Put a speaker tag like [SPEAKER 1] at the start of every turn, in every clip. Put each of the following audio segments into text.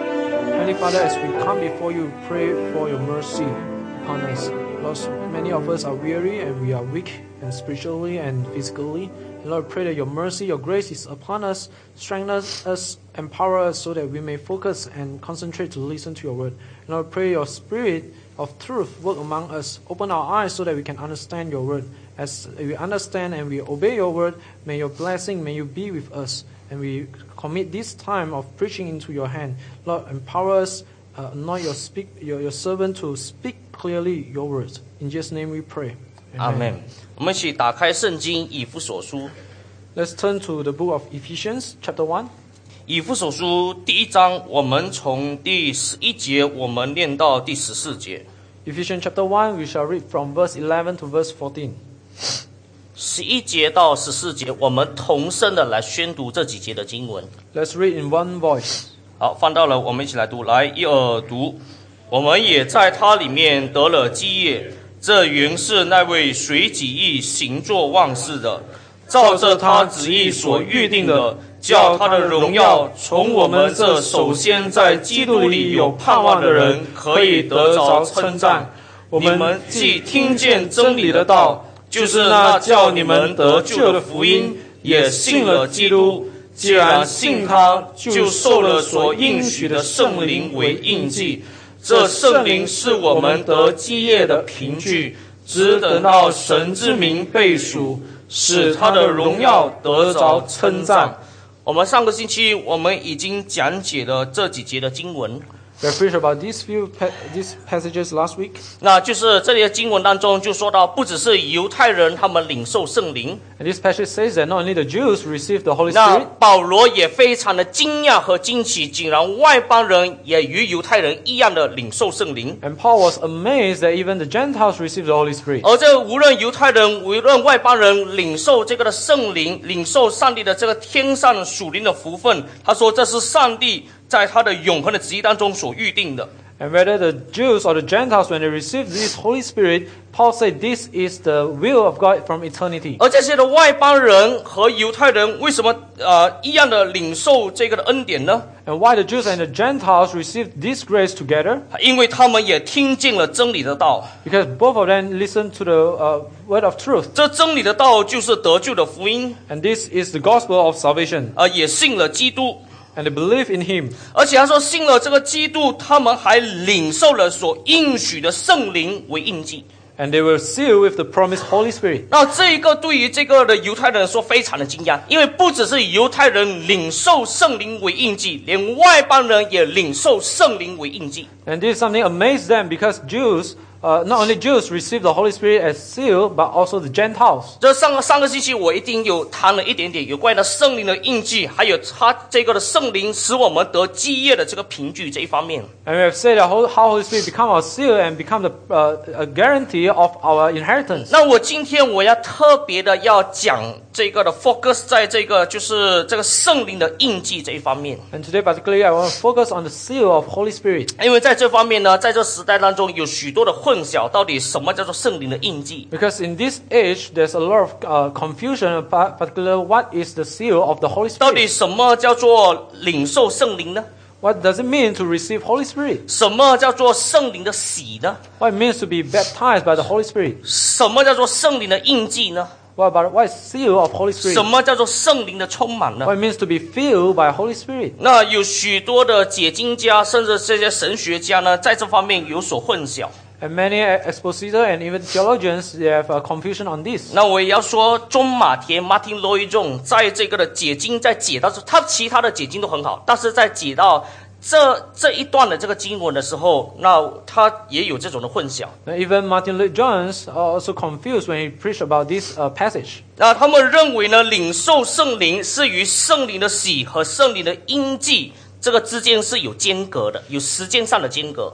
[SPEAKER 1] Heavenly Father, as we come before you, we pray for your mercy upon us. Lord, many of us are weary and we are weak, and spiritually and physically. And Lord, pray that your mercy, your grace is upon us, strengthen us, us, empower us so that we may focus and concentrate to listen to your word. And Lord, pray your spirit of truth work among us. Open our eyes so that we can understand your word. As we understand and we obey your word, may your blessing, may you be with us. And we commit this time of preaching into your hand. Lord, empower us, uh, anoint your, speak, your, your servant to speak clearly your words. In Jesus' name we pray.
[SPEAKER 2] 阿门。我们一起打开圣经以弗所书，
[SPEAKER 1] Let's turn to the book of Ephesians, chapter 1.
[SPEAKER 2] 以弗所书第一章，我们从第十一节我们念到第十四节。
[SPEAKER 1] Ephesians chapter 1, we shall read from verse 11 to verse 14.
[SPEAKER 2] 十一节到十四节，我们同声的来宣读这几节的经文。
[SPEAKER 1] Let's read in one voice.
[SPEAKER 2] 好，翻到了，我们一起来读，来一耳读。我们也在它里面得了基业，这原是那位随己意行作万事的，照着他旨意所预定的，叫他的荣耀从我们这首先在基督里有盼望的人可以得着称赞。
[SPEAKER 1] 我
[SPEAKER 2] 你们既听见真理的道，就是那叫你们得救的福音，也信了基督。既然信他，就受了所应许的圣灵为印记。这圣灵是我们得基业的凭据，只等到神之名被赎，使他的荣耀得着称赞。我们上个星期我们已经讲解了这几节的经文，
[SPEAKER 1] We have preached about these few pa- these passages last week,
[SPEAKER 2] 那就是这里的经文当中就说到，不只是犹太人他们领受圣灵，
[SPEAKER 1] and this passage says that not only the Jews received the Holy
[SPEAKER 2] 那
[SPEAKER 1] Spirit,
[SPEAKER 2] 保罗也非常的惊讶和惊奇，竟然外邦人也与犹太人一样的领受圣灵。
[SPEAKER 1] and Paul was amazed that even the Gentiles received the Holy Spirit.
[SPEAKER 2] 而这无论犹太人，无论外邦人，领受这个的圣灵，领受上帝的这个天上属灵的福分，他说这是上帝在他的永恒的旨意当中所预定的。
[SPEAKER 1] And whether the Jews or the Gentiles, when they received this Holy Spirit, Paul said this is the will of God from eternity.
[SPEAKER 2] 而这些的外邦人和犹太人为什么呃一样的领受这个的恩典呢？
[SPEAKER 1] And why the Jews and the Gentiles received this grace together?
[SPEAKER 2] 啊因为他们也听见了真理的道，
[SPEAKER 1] Because both of them listened to the uh, word of truth.
[SPEAKER 2] 这真理的道就是得救的福音，
[SPEAKER 1] And this is the gospel of salvation.
[SPEAKER 2] 呃，也信了基督。
[SPEAKER 1] And they believe in him.
[SPEAKER 2] 而且他说信了这个基督，他们还领受了所应许的圣灵为印记。
[SPEAKER 1] And they were sealed with the promised Holy Spirit.
[SPEAKER 2] 那这一个对于这个的犹太人来说非常的惊讶，因为不只是犹太人领受圣灵为印记，连外邦人也领受圣灵为印记。
[SPEAKER 1] And this is something amazed them because Jews, uh, not only Jews received the Holy Spirit as seal, but also the Gentiles.
[SPEAKER 2] 这上个上个星期我一定有谈了一点点有关于圣灵的印记，还有他这个的圣灵使我们得基业的这个凭据这一方面。
[SPEAKER 1] And we have said that how how Holy Spirit become our seal and become the uh, a guarantee of our inheritance.
[SPEAKER 2] 那我今天我要特别的要讲这个的 focus 在这个就是这个圣灵的印记这一方面，
[SPEAKER 1] And today particularly I want to focus on the seal of Holy Spirit.
[SPEAKER 2] 因为在这方面呢，在这时代当中有许多的混淆，到底什么叫做圣灵的印记？
[SPEAKER 1] Because in this age, there's a lot of uh, confusion about particular what is the seal of the Holy
[SPEAKER 2] 到底
[SPEAKER 1] Spirit.
[SPEAKER 2] 什么叫做领受圣灵呢？
[SPEAKER 1] What does it mean to receive Holy Spirit?
[SPEAKER 2] 什么叫做圣灵的喜呢？
[SPEAKER 1] What it means to be baptized by the Holy Spirit?
[SPEAKER 2] 什么叫做圣灵的印记呢？
[SPEAKER 1] What about what is seal of Holy
[SPEAKER 2] 什
[SPEAKER 1] Spirit?
[SPEAKER 2] 么叫做圣灵的充满呢？
[SPEAKER 1] What it means to be filled by Holy Spirit?
[SPEAKER 2] 那有许多的解经家，甚至这些神学家呢，在这方面有所混淆。
[SPEAKER 1] And many uh, expositors and even theologians they have uh, confusion on this.
[SPEAKER 2] 那我也要说，中马田 Martin Lloyd Jones 在这个的解经，在解到他其他的解经都很好，但是在解到这这一段的这个经文的时候，那他也有这种的混淆。
[SPEAKER 1] And even Martin Lloyd Jones are also confused when he preached about this uh, passage.
[SPEAKER 2] 那他们认为呢，领受圣灵是与圣灵的喜和圣灵的印记这个之间是有间隔的，有时间上的间隔。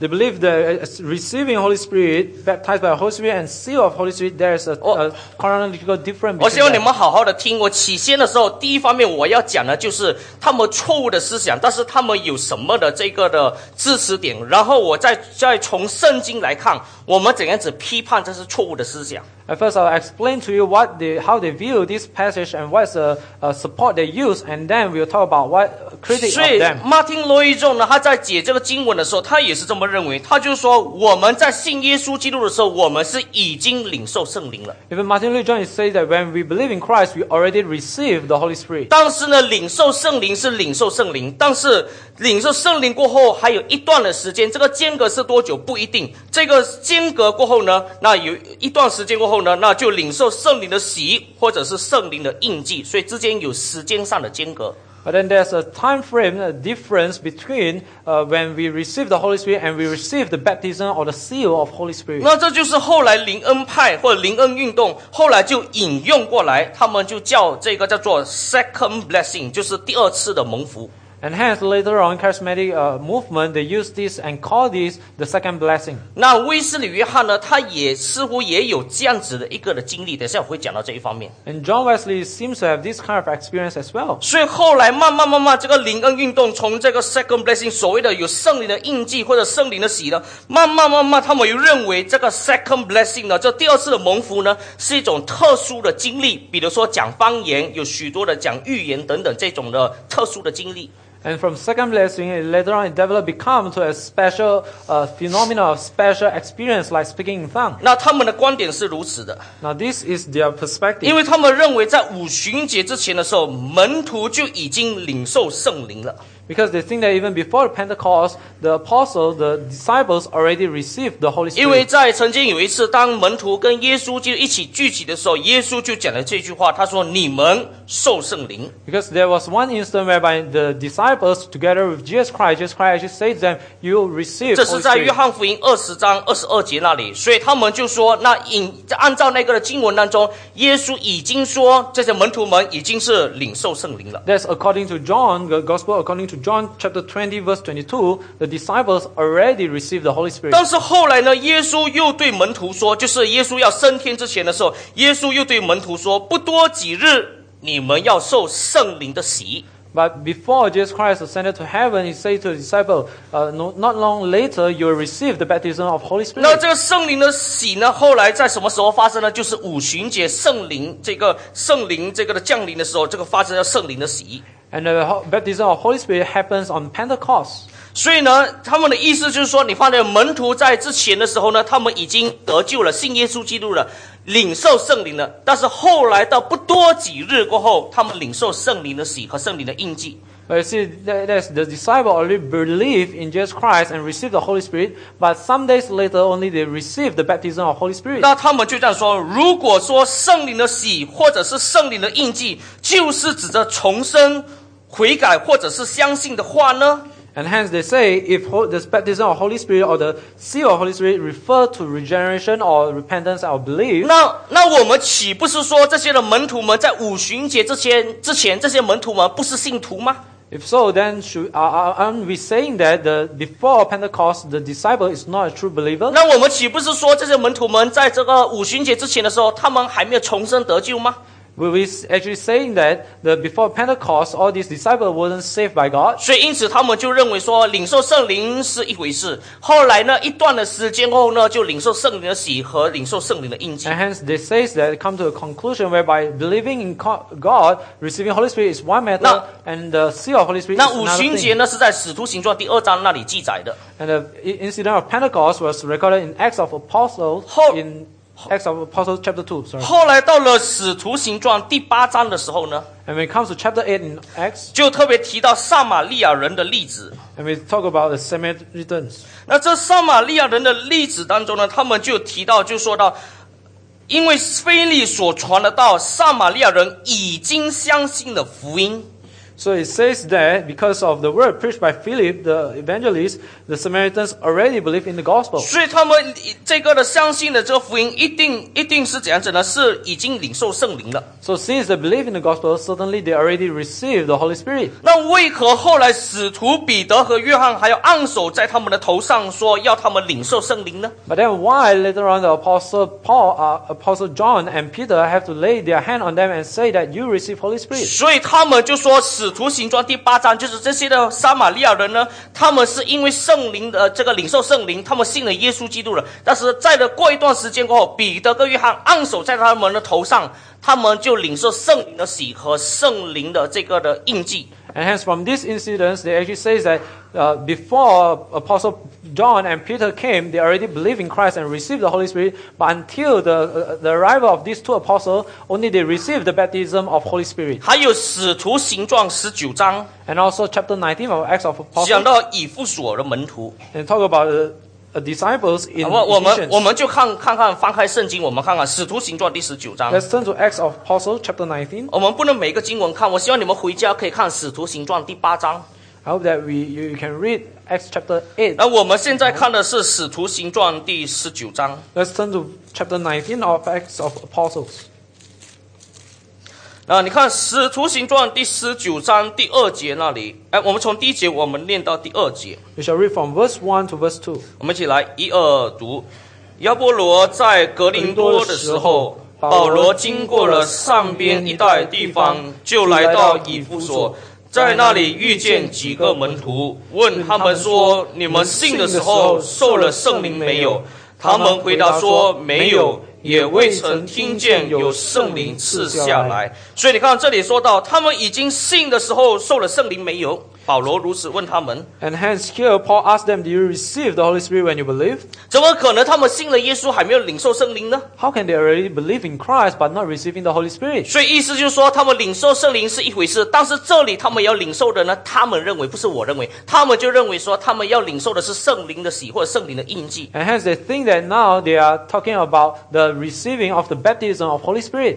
[SPEAKER 1] They believe that uh, receiving Holy Spirit, baptized by the Holy Spirit, and seal of Holy Spirit, there is a,
[SPEAKER 2] Oh.
[SPEAKER 1] a chronological difference.
[SPEAKER 2] 我
[SPEAKER 1] between
[SPEAKER 2] 希望你
[SPEAKER 1] them.
[SPEAKER 2] 们好好的听。我起先的时候，第一方面我要讲的就是他们错误的思想，但是他们有什么的这个的支持点，然后我再再从圣经来看，我们怎样子批判这是错误的思想。
[SPEAKER 1] And At first, I'll explain to you what they, how they view this passage and what's the uh, support they use, and then we'll talk about what critics
[SPEAKER 2] 所
[SPEAKER 1] of
[SPEAKER 2] 以
[SPEAKER 1] them.
[SPEAKER 2] 马丁罗伊仲呢，他在解这个经文的时候，他也是这么认为。他就是说，我们在信耶稣基督的时候，我们是已经领受圣灵了。
[SPEAKER 1] Even Martin Luther John says that when we believe in Christ, we already receive the Holy Spirit.
[SPEAKER 2] 但是呢，领受圣灵是领受圣灵，但是领受圣灵过后还有一段的时间，这个间隔是多久不一定。这个间隔过后呢，那有一段时间过后呢，那就领受圣灵的洗或者是圣灵的印记，所以之间有时间上的间隔。
[SPEAKER 1] But then there's a time frame, a difference between uh, when we receive the Holy Spirit and we receive the baptism or the seal of Holy Spirit.
[SPEAKER 2] 那这就是后来灵恩派或者灵恩运动后来就引用过来，他们就叫这个叫做 second blessing，就是第二次的蒙福。
[SPEAKER 1] And hence, later on, charismatic uh, movement, they use this and call this the second blessing.
[SPEAKER 2] 那威斯里约翰呢，他也似乎也有这样子的一个的经历，等一下我会讲到这一方面。
[SPEAKER 1] And John Wesley seems to have this kind of experience as well.
[SPEAKER 2] 所以后来慢慢慢慢，这个灵恩运动从这个 second blessing 所谓的有圣灵的印记或者圣灵的喜呢，慢慢慢慢，他们又认为这个 second blessing 呢，这第二次的蒙福呢，是一种特殊的经历，比如说讲方言，有许多的讲预言等等这种的特殊的经历。
[SPEAKER 1] And from second blessing, it later on, it developed become to a special uh, phenomena of special experience like speaking in tongues.
[SPEAKER 2] 那他们的观点是如此的，
[SPEAKER 1] Now, this is their
[SPEAKER 2] 因
[SPEAKER 1] perspective.
[SPEAKER 2] 为他们认为在五旬节之前的时候，门徒就已经领受圣灵了。
[SPEAKER 1] Because they think that even before Pentecost, the apostles, the disciples already received the Holy
[SPEAKER 2] 因为
[SPEAKER 1] Spirit.
[SPEAKER 2] 在曾经有一次，当门徒跟耶稣基督一起聚集的时候，耶稣就讲了这句话，他说：“你们受圣灵。
[SPEAKER 1] Because there was one instant whereby the disciples, together with Jesus Christ, Jesus Christ actually said to them, You will ” receive
[SPEAKER 2] 这是
[SPEAKER 1] Holy
[SPEAKER 2] 在约
[SPEAKER 1] Spirit.
[SPEAKER 2] 翰福音二十章二十二节那里，所以他们就说，那引按照那个的经文当中，耶稣已经说这些门徒们已经是领受圣灵了。
[SPEAKER 1] That's according to John, the Gospel according to John chapter 20, verse 22. The disciples already received the Holy Spirit.
[SPEAKER 2] 但是后来呢，耶稣又对门徒说，就是耶稣要升天之前的时候，耶稣又对门徒说，不多几日，你们要受圣灵的洗。
[SPEAKER 1] But before Jesus Christ ascended to heaven, he said to the disciple, uh, no, Not long later, you will receive the baptism of Holy
[SPEAKER 2] 那
[SPEAKER 1] Spirit.
[SPEAKER 2] 这个圣灵的洗呢，后来在什么时候发生呢？就是五旬节圣灵这个圣灵这个的降临的时候，这个发生了圣灵的洗。
[SPEAKER 1] And the ho- baptism of Holy Spirit happens on Pentecost.
[SPEAKER 2] 所以呢，他们的意思就是说，你发现门徒在之前的时候呢，他们已经得救了，信耶稣基督了，领受圣灵了。但是后来到不多几日过后，他们领受圣灵的洗和圣灵的印记。
[SPEAKER 1] But you see, that- that's the disciple already believed in Jesus Christ and received the Holy Spirit, but some days later only they received the baptism of Holy Spirit.
[SPEAKER 2] 那他们就这样说：如果说圣灵的喜或者是圣灵的印记，就是指着重生、悔改或者是相信的话呢？
[SPEAKER 1] And hence they say, if ho- this baptism of Holy Spirit or the seal of Holy Spirit refer to regeneration or repentance or belief,
[SPEAKER 2] 那那我们岂不是说这些的门徒们在五旬节之前之前，这些门徒们不是信徒吗？
[SPEAKER 1] If so, then should, are, are- aren't we saying that the, before Pentecost, the disciple is not a true believer?
[SPEAKER 2] 那我们岂不是说这些门徒们在这个五旬节之前的时候，他们还没有重生得救吗？
[SPEAKER 1] Were we s- actually saying that the, before Pentecost, all these disciples wasn't saved by God?
[SPEAKER 2] 所以因此他们就认为说，领受圣灵是一回事，后来呢一段的时间后呢，就领受圣灵的喜和领受圣灵的印记。
[SPEAKER 1] And hence they say that they come to a conclusion whereby believing in co- God, receiving Holy Spirit is one matter,
[SPEAKER 2] Now-
[SPEAKER 1] and the seal of Holy Spirit
[SPEAKER 2] 那
[SPEAKER 1] is
[SPEAKER 2] 五
[SPEAKER 1] another
[SPEAKER 2] 旬节
[SPEAKER 1] thing.
[SPEAKER 2] 呢是在《使徒行传》第二章那里记载的。
[SPEAKER 1] And the i- incident of Pentecost was recorded in Acts of Apostles,
[SPEAKER 2] Ho-
[SPEAKER 1] in Acts of Apostles chapter 2, sorry.
[SPEAKER 2] 后来到了《使徒行传》第八章的时候呢，
[SPEAKER 1] And when it comes to chapter 8 in Acts,
[SPEAKER 2] 就特别提到撒玛利亚人的例子。
[SPEAKER 1] and we talk about the Samaritans.
[SPEAKER 2] 那这撒玛利亚人的例子当中呢，他们就提到，就说到，因为菲利所传的道，撒玛利亚人已经相信了福音。
[SPEAKER 1] So it says that because of the word preached by Philip the evangelist, the Samaritans already believe in the gospel.
[SPEAKER 2] 所以他们这个的相信的这个福音，一定一定是怎样子呢？是已经领受圣灵了。
[SPEAKER 1] So since they believe in the gospel, certainly they already received the Holy Spirit.
[SPEAKER 2] 那为何后来使徒彼得和约翰还要按手在他们的头上，说要他们领受圣灵呢？
[SPEAKER 1] But then why later on the apostle Paul, uh, apostle John and Peter have to lay their hand on them and say that you receive Holy Spirit?
[SPEAKER 2] 所以他们就说，《使使徒行传第八章，就是这些的撒玛利亚人呢，他们是因为圣灵的呃这个领受圣灵，他们信了耶稣基督了。但是在了过一段时间过后，彼得跟约翰按手在他们的头上，他们就领受圣灵的喜和圣灵的这个的印记。
[SPEAKER 1] And hence, from these incidents, they actually say that uh, before Apostle John and Peter came, they already believed in Christ and received the Holy Spirit. But until the, uh, the arrival of these two apostles, only they received the baptism of Holy Spirit.
[SPEAKER 2] 还有使徒行传十九章
[SPEAKER 1] And also, chapter 19 of Acts of
[SPEAKER 2] 讲
[SPEAKER 1] Apostles,
[SPEAKER 2] 到以父所的门徒，
[SPEAKER 1] and talk about the uh, disciples in
[SPEAKER 2] 好吧，我们
[SPEAKER 1] Ephesians.
[SPEAKER 2] 我们就看看看翻开圣经，我们看看使徒行传第十九章。
[SPEAKER 1] Let's turn to Acts of Apostles, chapter 19.
[SPEAKER 2] 我们不能每个经文看，我希望你们回家可以看《使徒行传》第八章。
[SPEAKER 1] I hope that we, you, you can read Acts chapter 8.
[SPEAKER 2] 那我们现在看的是《使徒行传》第十九章。
[SPEAKER 1] Let's turn to chapter 19 of Acts of Apostles.
[SPEAKER 2] 啊，你看《使徒行传》第十九章第二节那里，哎，我们从第一节我们念到第二节，
[SPEAKER 1] We shall read from verse 1 to verse 2.
[SPEAKER 2] 我们一起来一二读。亚波罗在格林多的时候，保罗经过了上边一带地方，就来到以弗所，在那里遇见几个门徒，问他们说：“你们信的时候受了圣灵没有？”他们回答说：“没有，也未曾听见有圣灵赐下来。”所以你看，这里说到他们已经信的时候受了圣灵没有？保罗如此问他们。
[SPEAKER 1] And hence, here Paul asked them, Do you receive the Holy Spirit when you believe?
[SPEAKER 2] 怎么可能他们信了耶稣还没有领受圣灵呢？
[SPEAKER 1] How can they already believe in Christ but not receiving the Holy Spirit?
[SPEAKER 2] 所以意思就是说，他们领受圣灵是一回事，但是这里他们要领受的呢，他们认为不是我认为，他们就认为说他们要领受的是圣灵的喜或者圣灵的印记。
[SPEAKER 1] And hence, they think that now they are talking about the receiving of the baptism of Holy Spirit.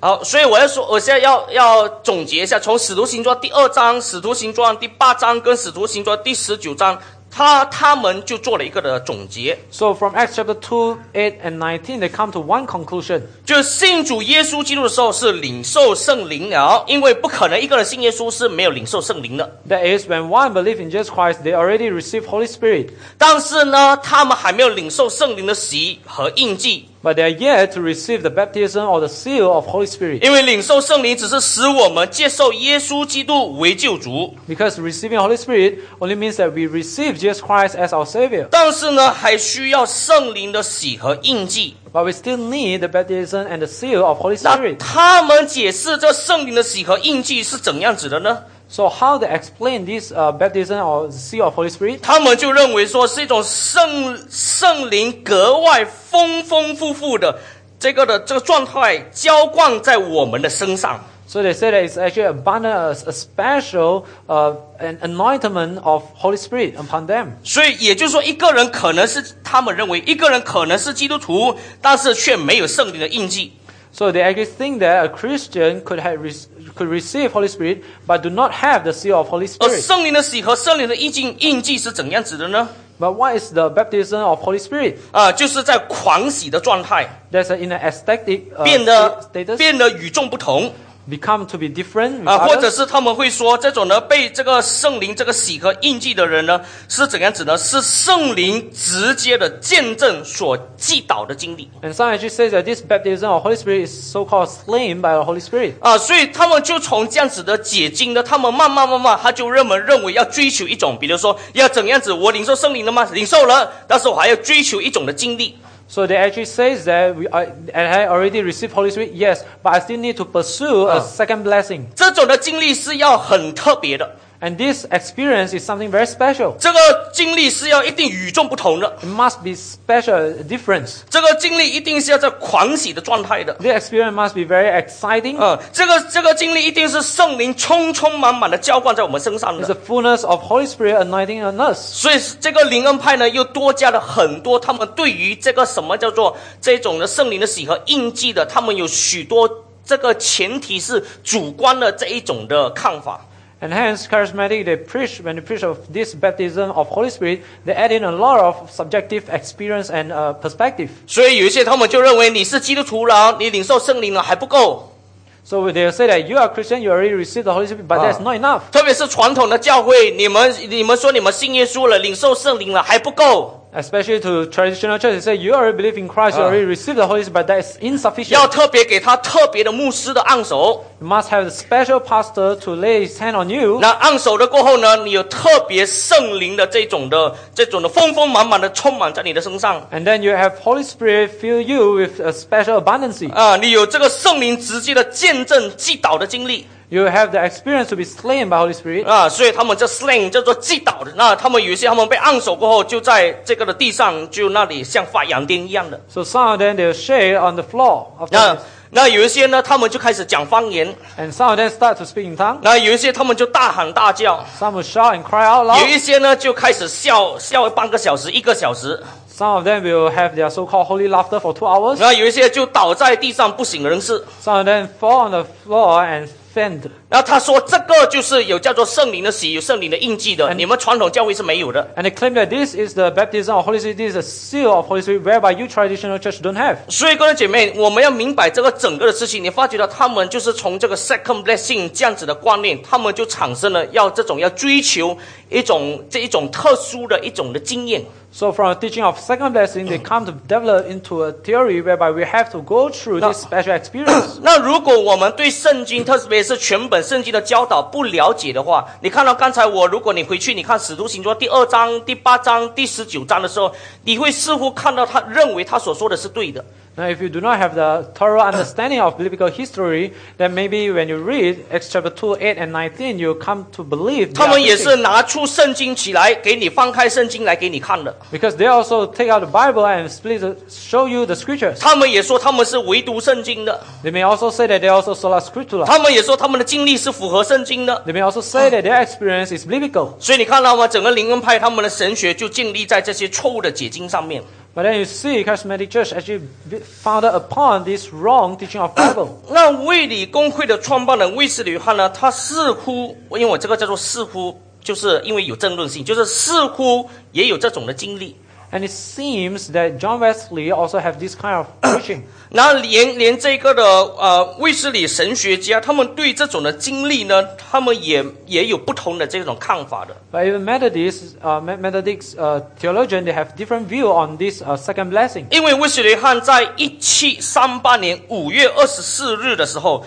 [SPEAKER 2] 好，所以我要说，我现在要要总结一下，从《使徒行传》第二章、《使徒行传》第八章跟《使徒行传》第十九章，他他们就做了一个的总结，
[SPEAKER 1] So, from Acts chapter 2, 8, and 19, they come to one conclusion
[SPEAKER 2] 就是信主耶稣基督的时候是领受圣灵了，因为不可能一个人信耶稣是没有领受圣灵的。
[SPEAKER 1] that is, when one believes in Jesus Christ, they already receive Holy Spirit,
[SPEAKER 2] 但是呢，他们还没有领受圣灵的洗和印记，
[SPEAKER 1] but they are yet to receive the baptism or the seal of Holy Spirit.
[SPEAKER 2] 因为领受圣灵只是使我们接受耶稣基督为救主，
[SPEAKER 1] Because receiving Holy Spirit only means that we receive Jesus Christ as our Savior,
[SPEAKER 2] 但是呢，还需要圣灵的洗和印记。
[SPEAKER 1] but we still need the baptism and the seal of Holy
[SPEAKER 2] 那
[SPEAKER 1] Spirit.
[SPEAKER 2] 他们解释这圣灵的洗和印记是怎样子的呢？
[SPEAKER 1] So how they explain this uh, baptism or seal of Holy Spirit?
[SPEAKER 2] 他们就认为说是一种圣圣灵格外丰丰富富的这个的这个状态浇灌在我们的身上。
[SPEAKER 1] So they say that it's actually abundant, a, a special uh, an anointment of Holy Spirit upon them.
[SPEAKER 2] 所以也就是说，一个人可能是他们认为一个人可能是基督徒，但是却没有圣灵的印记。
[SPEAKER 1] So they actually think that a Christian could have re- could receive Holy Spirit but do not have the seal of Holy
[SPEAKER 2] 而
[SPEAKER 1] Spirit.
[SPEAKER 2] 圣灵的喜和圣灵的印记印记是怎样子的呢？
[SPEAKER 1] But what is the baptism of Holy Spirit?
[SPEAKER 2] 啊、就是在狂喜的状态，
[SPEAKER 1] That's in an ecstatic
[SPEAKER 2] 变
[SPEAKER 1] uh,
[SPEAKER 2] 得
[SPEAKER 1] status,
[SPEAKER 2] 变得与众不同
[SPEAKER 1] become to be different. With
[SPEAKER 2] 啊、或者
[SPEAKER 1] others.
[SPEAKER 2] 是他们会说，这种呢被这个圣灵这个喜和印记的人呢，是怎样子呢？是圣灵直接的见证所击倒的经历。
[SPEAKER 1] And some actually say that this baptism of Holy Spirit is so-called slain by the Holy Spirit.
[SPEAKER 2] 啊，所以他们就从这样子的解经呢，他们慢慢慢慢，他就认为认为要追求一种，比如说要怎样子，我领受圣灵了吗？领受了，但是我还要追求一种的经历。
[SPEAKER 1] So they actually says that we I, and I already received Holy Spirit, yes, but I still need to pursue
[SPEAKER 2] Ah.
[SPEAKER 1] a second blessing.
[SPEAKER 2] 这种的经历是要很特别的，
[SPEAKER 1] And this experience is something very special.
[SPEAKER 2] 这个经历是要一定与众不同的，
[SPEAKER 1] It must be special, different.
[SPEAKER 2] 这个经历一定是要在狂喜的状态的。
[SPEAKER 1] The experience must be very exciting.
[SPEAKER 2] 嗯，这个这个经历一定是圣灵充充满满的浇灌在我们身上
[SPEAKER 1] It's the
[SPEAKER 2] 的，
[SPEAKER 1] fullness of Holy Spirit anointing on us.
[SPEAKER 2] 所以这个灵恩派呢又多加了很多他们对于这个什么叫做这种的圣灵的喜和印记的，他们有许多这个前提是主观的这一种的看法。
[SPEAKER 1] And hence, charismatic they preach when they preach of this baptism of Holy Spirit, they add in a lot of subjective experience and uh, perspective.
[SPEAKER 2] 所以有一些他们就认为你是基督徒了，你领受圣灵了还不够，
[SPEAKER 1] So they say that you are Christian, you already received the Holy Spirit, but that's not enough.
[SPEAKER 2] 特别是传统的教会，你们你们说你们信耶稣了，领受圣灵了还不够，
[SPEAKER 1] especially to traditional church, they say you already believe in Christ, you already received the Holy Spirit, but that is insufficient.
[SPEAKER 2] 要特别给他特别的牧师的按手。
[SPEAKER 1] You must have a special pastor to lay his hand on you.
[SPEAKER 2] 那按手了过后呢，你有特别圣灵的这种的这种的丰丰满满的充满在你的身上
[SPEAKER 1] And then you have Holy Spirit fill you with a special abundance.
[SPEAKER 2] 啊，你有这个圣灵直接的见证击倒的经历
[SPEAKER 1] You have the experience to be slain by Holy Spirit.
[SPEAKER 2] 啊，所以他们叫 sling 叫做击倒的。那他们有一些他们被按手过后，就在这个的地上，就那里像发羊癫一样的。
[SPEAKER 1] So some of them they'll share on the floor after
[SPEAKER 2] 那
[SPEAKER 1] this.
[SPEAKER 2] 那有一些呢，他们就开始讲方言；
[SPEAKER 1] and some of them start to speak in tongues.
[SPEAKER 2] 那有一些他们就大喊大叫；
[SPEAKER 1] Some will shout and cry out
[SPEAKER 2] 有
[SPEAKER 1] loud.
[SPEAKER 2] 一些呢就开始笑笑半个小时、一个小时；
[SPEAKER 1] Some of them will have their so-called holy laughter for two hours.
[SPEAKER 2] 啊那有一些就倒在地上不省人事。
[SPEAKER 1] Some of them fall on the floor and faint.
[SPEAKER 2] 然后他说，这个就是有叫做圣灵的洗，有圣灵的印记的，你们传统教会是没有的。
[SPEAKER 1] And they claim that this is the baptism of Holy Spirit, this is the seal of Holy Spirit, whereby you traditional church don't have.
[SPEAKER 2] 所以，各位姐妹，我们要明白这个整个的事情。你发觉到他们就是从这个 second blessing 这样子的观念，他们就产生了要这种要追求一种这一种特殊的一种的经验。
[SPEAKER 1] So from the teaching of second blessing, they come to develop into a theory whereby we have to go through this special experience.
[SPEAKER 2] 那如果我们对圣经，特别是全本圣经的教导不了解的话，你看到刚才我，如果你回去你看《使徒行传》第二章、第八章、第十九章的时候，你会似乎看到他认为他所说的是对的。
[SPEAKER 1] now, if you do not have the thorough understanding of biblical history, then maybe when you read Acts chapter 2, 8 and 19, you come to believe
[SPEAKER 2] 他
[SPEAKER 1] their
[SPEAKER 2] 们也
[SPEAKER 1] teaching.
[SPEAKER 2] 是拿出圣经起来给你翻开圣经来给你看的。
[SPEAKER 1] Because they also take out the Bible and split, the- show you the scriptures.
[SPEAKER 2] 他们也说他们是唯独圣经的，
[SPEAKER 1] They may also say that they also sola scriptura.
[SPEAKER 2] 他们也说他们的经历是符合圣经的。
[SPEAKER 1] They may also say that their experience is biblical.
[SPEAKER 2] 所以你看到吗？整个灵恩派他们的神学就建立在这些错误的解经上面。
[SPEAKER 1] But then you see, charismatic church actually be- founded upon this wrong teaching of Bible.
[SPEAKER 2] 那卫理公会的创办人卫斯理约翰呢？他似乎，因为我这个叫做似乎，就是因为有争论性，就是似乎也有这种的经历。
[SPEAKER 1] And it seems that John Wesley also have this kind of preaching.
[SPEAKER 2] 然后连连这个的呃卫斯理神学家，他们对这种的经历呢，他们也也有不同的这种看法的。
[SPEAKER 1] But even Methodists, uh, Me- Methodists uh, theologian, they have different view on this uh, second blessing.
[SPEAKER 2] 因为威斯雷汉在一七三八年五月二十四日的时候，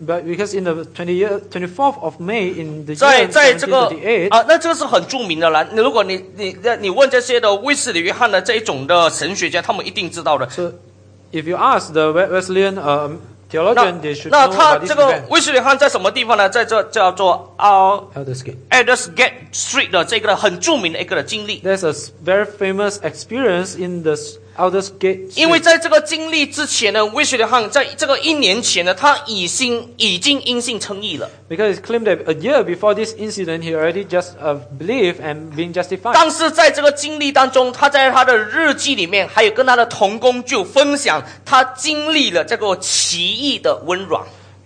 [SPEAKER 1] But because in the 20 year, 24th of May in the year
[SPEAKER 2] 在在这个
[SPEAKER 1] 1738,
[SPEAKER 2] 啊，那这个是很著名的啦。如果你你那你问这些的威斯里约翰的这一种的神学家，他们一定知道的。
[SPEAKER 1] So, if you ask the We- Wesleyan um,
[SPEAKER 2] 那
[SPEAKER 1] theologian, they should
[SPEAKER 2] 那
[SPEAKER 1] know
[SPEAKER 2] 他
[SPEAKER 1] about this
[SPEAKER 2] 这个
[SPEAKER 1] event.
[SPEAKER 2] 威斯里约翰在什么地方呢？在这叫做 Our
[SPEAKER 1] Elder's Gate.
[SPEAKER 2] Aldersgate Street 的这个很著名的一个的经历。
[SPEAKER 1] There's a s- very famous experience in the s- Elder's Gate.
[SPEAKER 2] 因为
[SPEAKER 1] Street.
[SPEAKER 2] 在这个经历之前呢，威斯里约翰在这个一年前呢，他已经已经因信称义了。
[SPEAKER 1] Because it's claimed that a year before this incident, he already just uh, believed and being justified.
[SPEAKER 2] 但是在这个经历当中，他在他的日记里面，还有跟他的同工就分享，他经历了这个奇异的温软。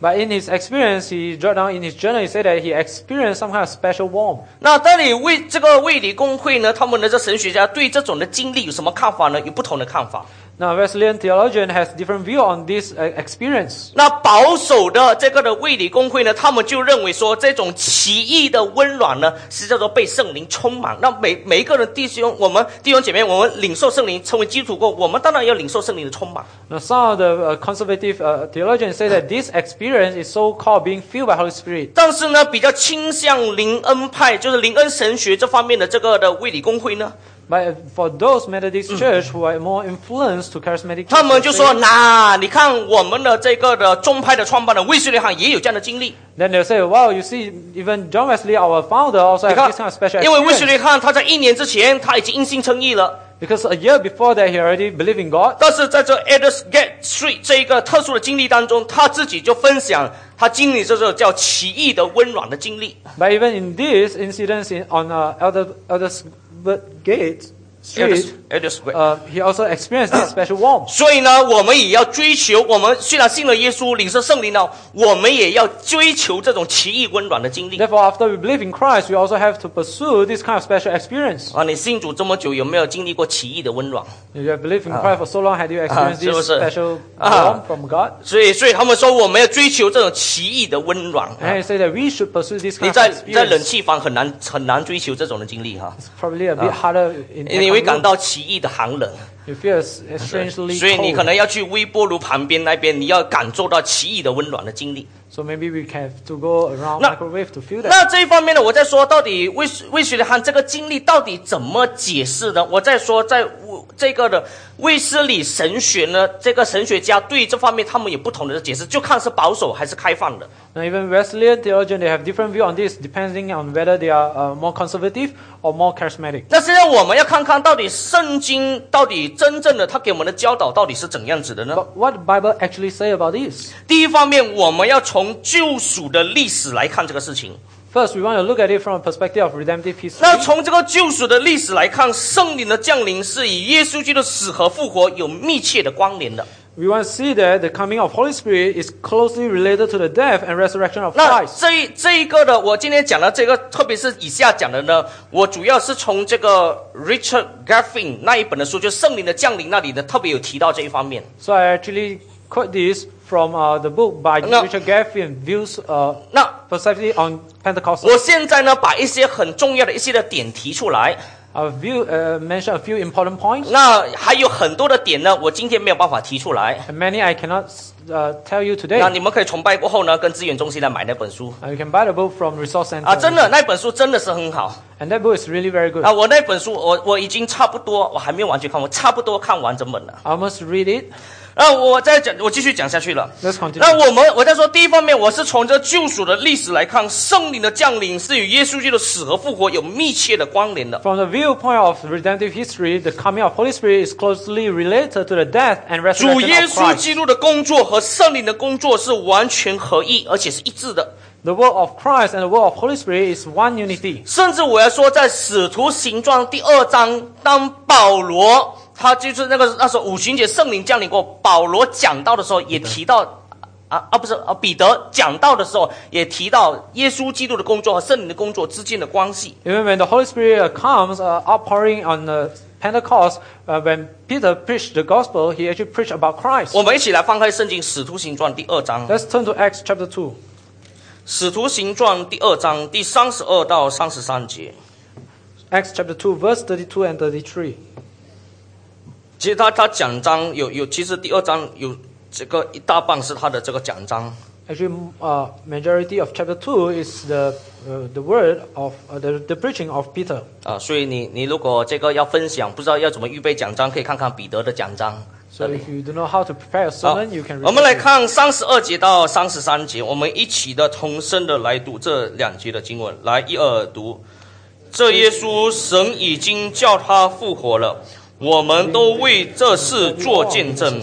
[SPEAKER 1] But in his experience, he jot down in his journal, he said that he experienced some kind of special warmth.
[SPEAKER 2] 那这里为这个卫理公会呢，他们的这神学家对这种的经历有什么看法呢？有不同的看法。
[SPEAKER 1] Now, Wesleyan theologian has different view on this uh, experience.
[SPEAKER 2] 那保守的这个的卫理公会呢，他们就认为说，这种奇异的温软呢，是叫做被圣灵充满。那每每一个人弟兄，我们弟兄姐妹，我们领受圣灵，成为基督徒过后，我们当然要领受圣灵的充满。
[SPEAKER 1] Now, some of the uh, conservative uh, theologians say that this experience is so-called being filled by Holy Spirit.
[SPEAKER 2] 但是呢，比较倾向林恩派，就是林恩神学这方面的这个的卫理公会呢，
[SPEAKER 1] But for those Methodist church who are more influenced to charismatic,
[SPEAKER 2] Mm. 他们就
[SPEAKER 1] churches,
[SPEAKER 2] 说：“那你看我们的这个的宗派的创办人卫斯理约翰也有这样的经历。
[SPEAKER 1] then they'll say, "Wow, you see, even John Wesley, our founder, also
[SPEAKER 2] 你
[SPEAKER 1] have
[SPEAKER 2] 看
[SPEAKER 1] this kind of special，
[SPEAKER 2] 因为卫斯
[SPEAKER 1] experience
[SPEAKER 2] 理约翰他在一年之前他已经因信称义了，
[SPEAKER 1] because a year before that he already believed in God,
[SPEAKER 2] 但是在这 Aldersgate Street 这一个特殊的经历当中，他自己就分享他经历这种叫奇异的温暖的经历。
[SPEAKER 1] but even in this incident in, on uh, Elder Elder's Gate Street,
[SPEAKER 2] Aldersgate。”
[SPEAKER 1] uh, he also experienced this special warmth.
[SPEAKER 2] 所以呢，我们也要追求。我们虽然信了耶稣，领受圣灵呢，我们也要追求这种奇异温暖的经历。
[SPEAKER 1] Therefore, after we believe in Christ, we also have to pursue this kind of special experience.
[SPEAKER 2] 啊，你信主这么久，有没有经历过奇异的温暖？
[SPEAKER 1] You have believed
[SPEAKER 2] Ah.
[SPEAKER 1] in Christ for so long, had you experienced this
[SPEAKER 2] 是不是？
[SPEAKER 1] special
[SPEAKER 2] Ah.
[SPEAKER 1] warmth from God?
[SPEAKER 2] 所以，所以他们说我们要追求这种奇异的温暖。啊
[SPEAKER 1] And he said that we should pursue this
[SPEAKER 2] 你
[SPEAKER 1] kind
[SPEAKER 2] 在
[SPEAKER 1] of
[SPEAKER 2] 在冷
[SPEAKER 1] experience.
[SPEAKER 2] 气房很难很难追求这种的经历哈、
[SPEAKER 1] It's probably a bit harder in
[SPEAKER 2] 因会感到奇异的寒冷，
[SPEAKER 1] You feel s- strangely
[SPEAKER 2] 所以你可
[SPEAKER 1] cold.
[SPEAKER 2] 能要去微波炉旁边那边，你要感受到奇异的温暖的经历。
[SPEAKER 1] So maybe we can have to go around
[SPEAKER 2] 那-
[SPEAKER 1] microwave to feel that.
[SPEAKER 2] 那这一方面呢，我在说到底魏雪魏雪的汉这个经历到底怎么解释呢？我在说在我这个的卫斯理神学呢，这个神学家对这方面他们有不同的解释，就看是保守还是开放的。
[SPEAKER 1] Now, even Wesleyan theologians they have different view on this, depending on whether they are uh, more conservative or more charismatic.
[SPEAKER 2] 那现在我们要看看到底圣经到底真正的他给我们的教导到底是怎样子的呢？
[SPEAKER 1] But what the Bible actually say about this?
[SPEAKER 2] 第一方面，我们要从救赎的历史来看这个事情。
[SPEAKER 1] First, we want to look at it from a perspective of redemptive history.
[SPEAKER 2] 那从这个救赎的历史来看，圣灵的降临是与耶稣基督的死和复活有密切的关联的。
[SPEAKER 1] We want to see that the coming of Holy Spirit is closely related to the death and resurrection of
[SPEAKER 2] 那
[SPEAKER 1] Christ.
[SPEAKER 2] 这一这一个呢，我今天讲的这个，特别是以下讲的呢，我主要是从这个 Richard Gaffin 那一本的书，就是《圣灵的降临》那里呢，特别有提到这一方面。
[SPEAKER 1] So I actually quote this from uh, the book by
[SPEAKER 2] No.
[SPEAKER 1] Richard Gaffin, Views uh,
[SPEAKER 2] 那
[SPEAKER 1] Perspective on Pentecostal.
[SPEAKER 2] 我现在呢，把一些很重要的一些的点提出来，
[SPEAKER 1] I've view, uh, mentioned a few important points,
[SPEAKER 2] 那还有很多的点呢，我今天没有办法提出来。
[SPEAKER 1] and many I cannot uh, tell you today.
[SPEAKER 2] 那你们可以崇拜过后呢，跟资源中心来买那本书
[SPEAKER 1] Uh, you can buy the book from Resource
[SPEAKER 2] 啊，真
[SPEAKER 1] Center.
[SPEAKER 2] 的那本书真的是很好
[SPEAKER 1] And that book is really very good.
[SPEAKER 2] 啊！我那本书我我已经差不多，我还没有完全看完，我差不多看完整本了。
[SPEAKER 1] I must read it.
[SPEAKER 2] 啊，我再讲，我继续讲下去了。
[SPEAKER 1] Let's continue.
[SPEAKER 2] 那我们我在说第一方面，我是从这救赎的历史来看，圣灵的降临是与耶稣基督的死和复活有密切的关联的。
[SPEAKER 1] From the viewpoint of redemptive history, the coming of Holy Spirit is closely related to the death and
[SPEAKER 2] 主
[SPEAKER 1] resurrection
[SPEAKER 2] 耶
[SPEAKER 1] of
[SPEAKER 2] 稣
[SPEAKER 1] Christ.
[SPEAKER 2] 基督的工作和圣灵的工作是完全合一，而且是一致的。
[SPEAKER 1] The work of Christ and the work of Holy Spirit is one unity.
[SPEAKER 2] 甚至我要说，在《使徒行传》第二章，当保罗他就是那个那时候五旬节圣灵降临过，保罗讲到的时候也提到，啊啊不是啊彼得讲到的时候也提到耶稣基督的工作和圣灵的工作之间的关系。
[SPEAKER 1] Even when the Holy Spirit uh, comes, uh, outpouring on uh, Pentecost, uh, when Peter preached the gospel, he actually preached about Christ.
[SPEAKER 2] 我们一起来翻开圣经《使徒行传》第二章，《
[SPEAKER 1] Let's turn to Acts chapter 2.
[SPEAKER 2] 使徒行传》第二章第三十二到三十三节。
[SPEAKER 1] Acts chapter 2, verse 32 and 33.
[SPEAKER 2] 其实他他讲章有有，其实第二章有这个一大半是他的这个讲章。
[SPEAKER 1] Actually, m- uh, majority of chapter 2 is the, uh, the word of uh, the, the preaching of Peter.
[SPEAKER 2] 啊，所以你你如果这个要分享，不知道要怎么预备奖章，可以看看彼得的奖章。
[SPEAKER 1] So if you don't know how to prepare a
[SPEAKER 2] 好
[SPEAKER 1] sermon, you can，read
[SPEAKER 2] 啊我们
[SPEAKER 1] it.
[SPEAKER 2] 来看三十二节到三十三节，我们一起的同声的来读这两节的经文，来一二读。这耶稣神已经叫他复活了，我们都为这事做见证。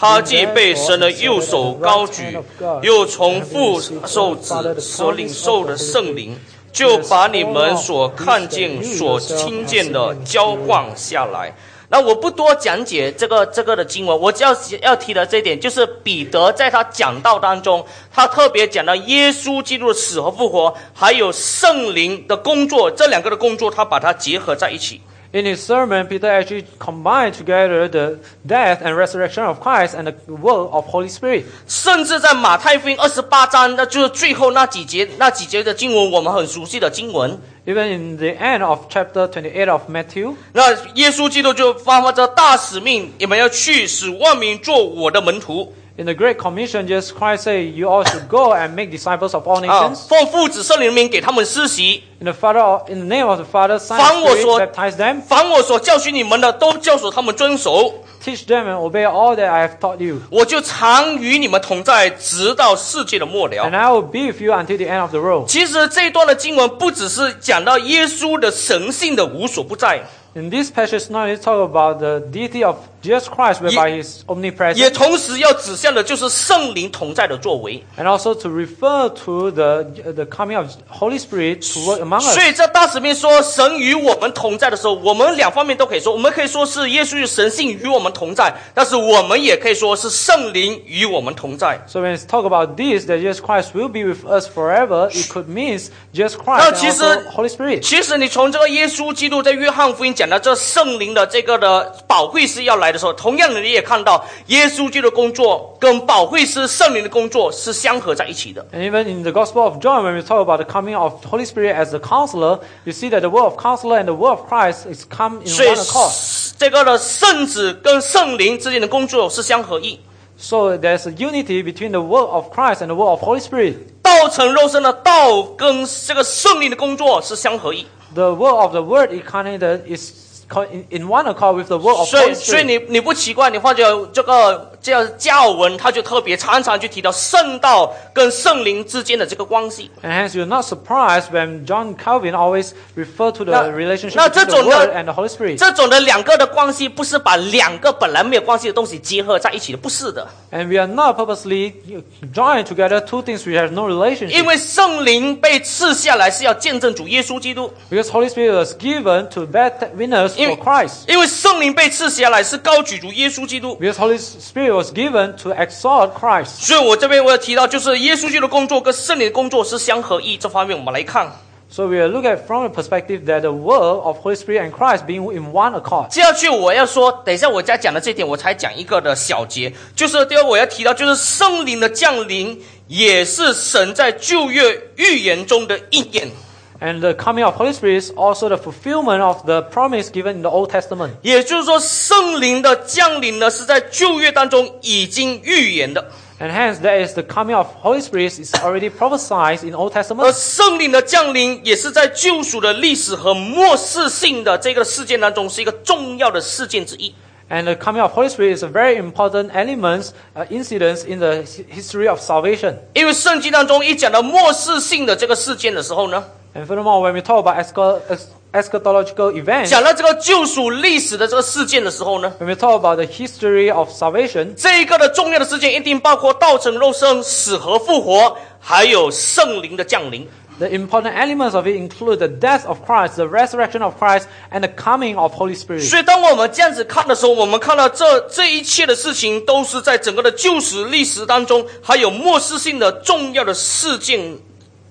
[SPEAKER 2] 他既被神的右手高举，又从父受子所领受的圣灵，就把你们所看见、所听见的浇灌下来。那我不多讲解这个这个的经文，我只要要提的这一点就是彼得在他讲道当中，他特别讲到耶稣基督的死和复活，还有圣灵的工作，这两个的工作他把它结合在一起。
[SPEAKER 1] In his sermon, Peter actually combined together the death and resurrection of Christ and the work of Holy Spirit.
[SPEAKER 2] 甚至在马太福音二十八章，那就是最后那几节那几节的经文，我们很熟悉的经文。
[SPEAKER 1] Even in the end of chapter 28 of Matthew,
[SPEAKER 2] 那耶稣基督就发发这大使命，你们要去使万民做我的门徒
[SPEAKER 1] in the Great Commission, Jesus Christ said, You all should go and make disciples of all
[SPEAKER 2] 啊，
[SPEAKER 1] nations.
[SPEAKER 2] 奉父子圣灵的名给他们施洗，
[SPEAKER 1] In the Father, in the name of the Father, Son,
[SPEAKER 2] Phán
[SPEAKER 1] and
[SPEAKER 2] của
[SPEAKER 1] Spirit,
[SPEAKER 2] Chúa.
[SPEAKER 1] baptize them,
[SPEAKER 2] 凡我所教训你们的，都教唆他们遵守。
[SPEAKER 1] teach them and obey all that I have taught you.
[SPEAKER 2] 我就常与你们同在，直到世界的末了
[SPEAKER 1] And。I will be with you until the end of the world.
[SPEAKER 2] 其实这一段的经文不只是讲到耶稣的神性的无所不在，
[SPEAKER 1] In this passage, now it's talk about the deity of Jesus Christ, whereby he is
[SPEAKER 2] 也
[SPEAKER 1] omnipresent,
[SPEAKER 2] 同时要指向的就是圣灵同在的作为。
[SPEAKER 1] and also to refer to the the coming of Holy Spirit to work among
[SPEAKER 2] 所
[SPEAKER 1] us.
[SPEAKER 2] 以在大使命说神与我们同在的时候，我们两方面都可以说，我们可以说是耶稣的神性与我们同在，但是我们也可以说是圣灵与我们同在。
[SPEAKER 1] So when it's talk about this, that Jesus Christ will be with us forever, it could mean Jesus Christ
[SPEAKER 2] 那
[SPEAKER 1] and
[SPEAKER 2] 其
[SPEAKER 1] also
[SPEAKER 2] 实
[SPEAKER 1] Holy Spirit.
[SPEAKER 2] 其实你从这个耶稣基督在约翰福音讲到这圣灵的这个的宝贵师要来的时候，同样的你也看到耶稣基督的工作跟宝贵师圣灵的工作是相合在一起的。
[SPEAKER 1] And even in the Gospel of John, when we talk about the coming of Holy Spirit as the counselor, you see that the word of counselor and the word of Christ is come in
[SPEAKER 2] 所以
[SPEAKER 1] one accord.
[SPEAKER 2] 这个的圣子跟圣灵之间的工作是相合意。
[SPEAKER 1] So there's a unity between the word of Christ and the word of Holy Spirit.
[SPEAKER 2] 道成肉身的道跟这个圣灵的工作是相合意。
[SPEAKER 1] The word of the word incarnated is co- in, in one accord with the word of
[SPEAKER 2] 所以，
[SPEAKER 1] Holy
[SPEAKER 2] 所以
[SPEAKER 1] Spirit.
[SPEAKER 2] 你你不奇怪，你发觉这个叫教文，他就特别常常去提到圣道跟圣灵之间的这个关系。
[SPEAKER 1] And hence you're not surprised when John Calvin always refer to the
[SPEAKER 2] 那-
[SPEAKER 1] relationship
[SPEAKER 2] 那
[SPEAKER 1] between
[SPEAKER 2] 这种
[SPEAKER 1] the
[SPEAKER 2] 的-
[SPEAKER 1] word and the Holy Spirit.
[SPEAKER 2] 这种的两个的关系，不是把两个本来没有关系的东西结合在一起的，不是的。
[SPEAKER 1] And we are not purposely joining together two things which have no
[SPEAKER 2] 因
[SPEAKER 1] relationship.
[SPEAKER 2] 为圣灵被赐下来是要见证主耶稣基督，
[SPEAKER 1] Because Holy Spirit was given to bad witness for
[SPEAKER 2] 因为
[SPEAKER 1] Christ.
[SPEAKER 2] 因为圣灵被赐下来是高举主耶稣基督。
[SPEAKER 1] Because Holy Spirit was given to exalt Christ.
[SPEAKER 2] 所以我这边我要提到，就是耶稣基督的工作跟圣灵的工作是相合一。这方面我们来看，
[SPEAKER 1] So we look at from the perspective that the word of Holy Spirit and Christ being in one accord.
[SPEAKER 2] 接下去我要说，等一下我再讲的这一点，我才讲一个的小节，就是第二我要提到，就是圣灵的降临也是神在旧约预言中的应验，
[SPEAKER 1] And the coming of Holy Spirit is also the fulfillment of the promise given in the Old Testament.
[SPEAKER 2] 也就是说，圣灵的降临呢是在旧约当中已经预言的，
[SPEAKER 1] And hence, there is the coming of Holy Spirit is already prophesied in Old
[SPEAKER 2] 而
[SPEAKER 1] Testament.
[SPEAKER 2] 圣灵的降临也是在救赎的历史和末世性的这个事件当中是一个重要的事件之一。
[SPEAKER 1] And the coming of Holy Spirit is a very important element, uh, incidence in the hi- history of salvation.
[SPEAKER 2] 因为圣经当中一讲到末世性的这个事件的时候呢，
[SPEAKER 1] And furthermore, when we talk about escha- es- eschatological events,
[SPEAKER 2] 讲到这个救赎历史的这个事件的时候呢，
[SPEAKER 1] when we talk about the history of salvation,
[SPEAKER 2] 这一个的重要的事件一定包括道成肉身、死和复活，还有圣灵的降临。
[SPEAKER 1] the important elements of it include the death of Christ, the resurrection of Christ, and the coming of Holy Spirit.
[SPEAKER 2] 所以，当我们这样子看的时候，我们看到这这一切的事情都是在整个的旧史历史当中，还有末世性的重要的事件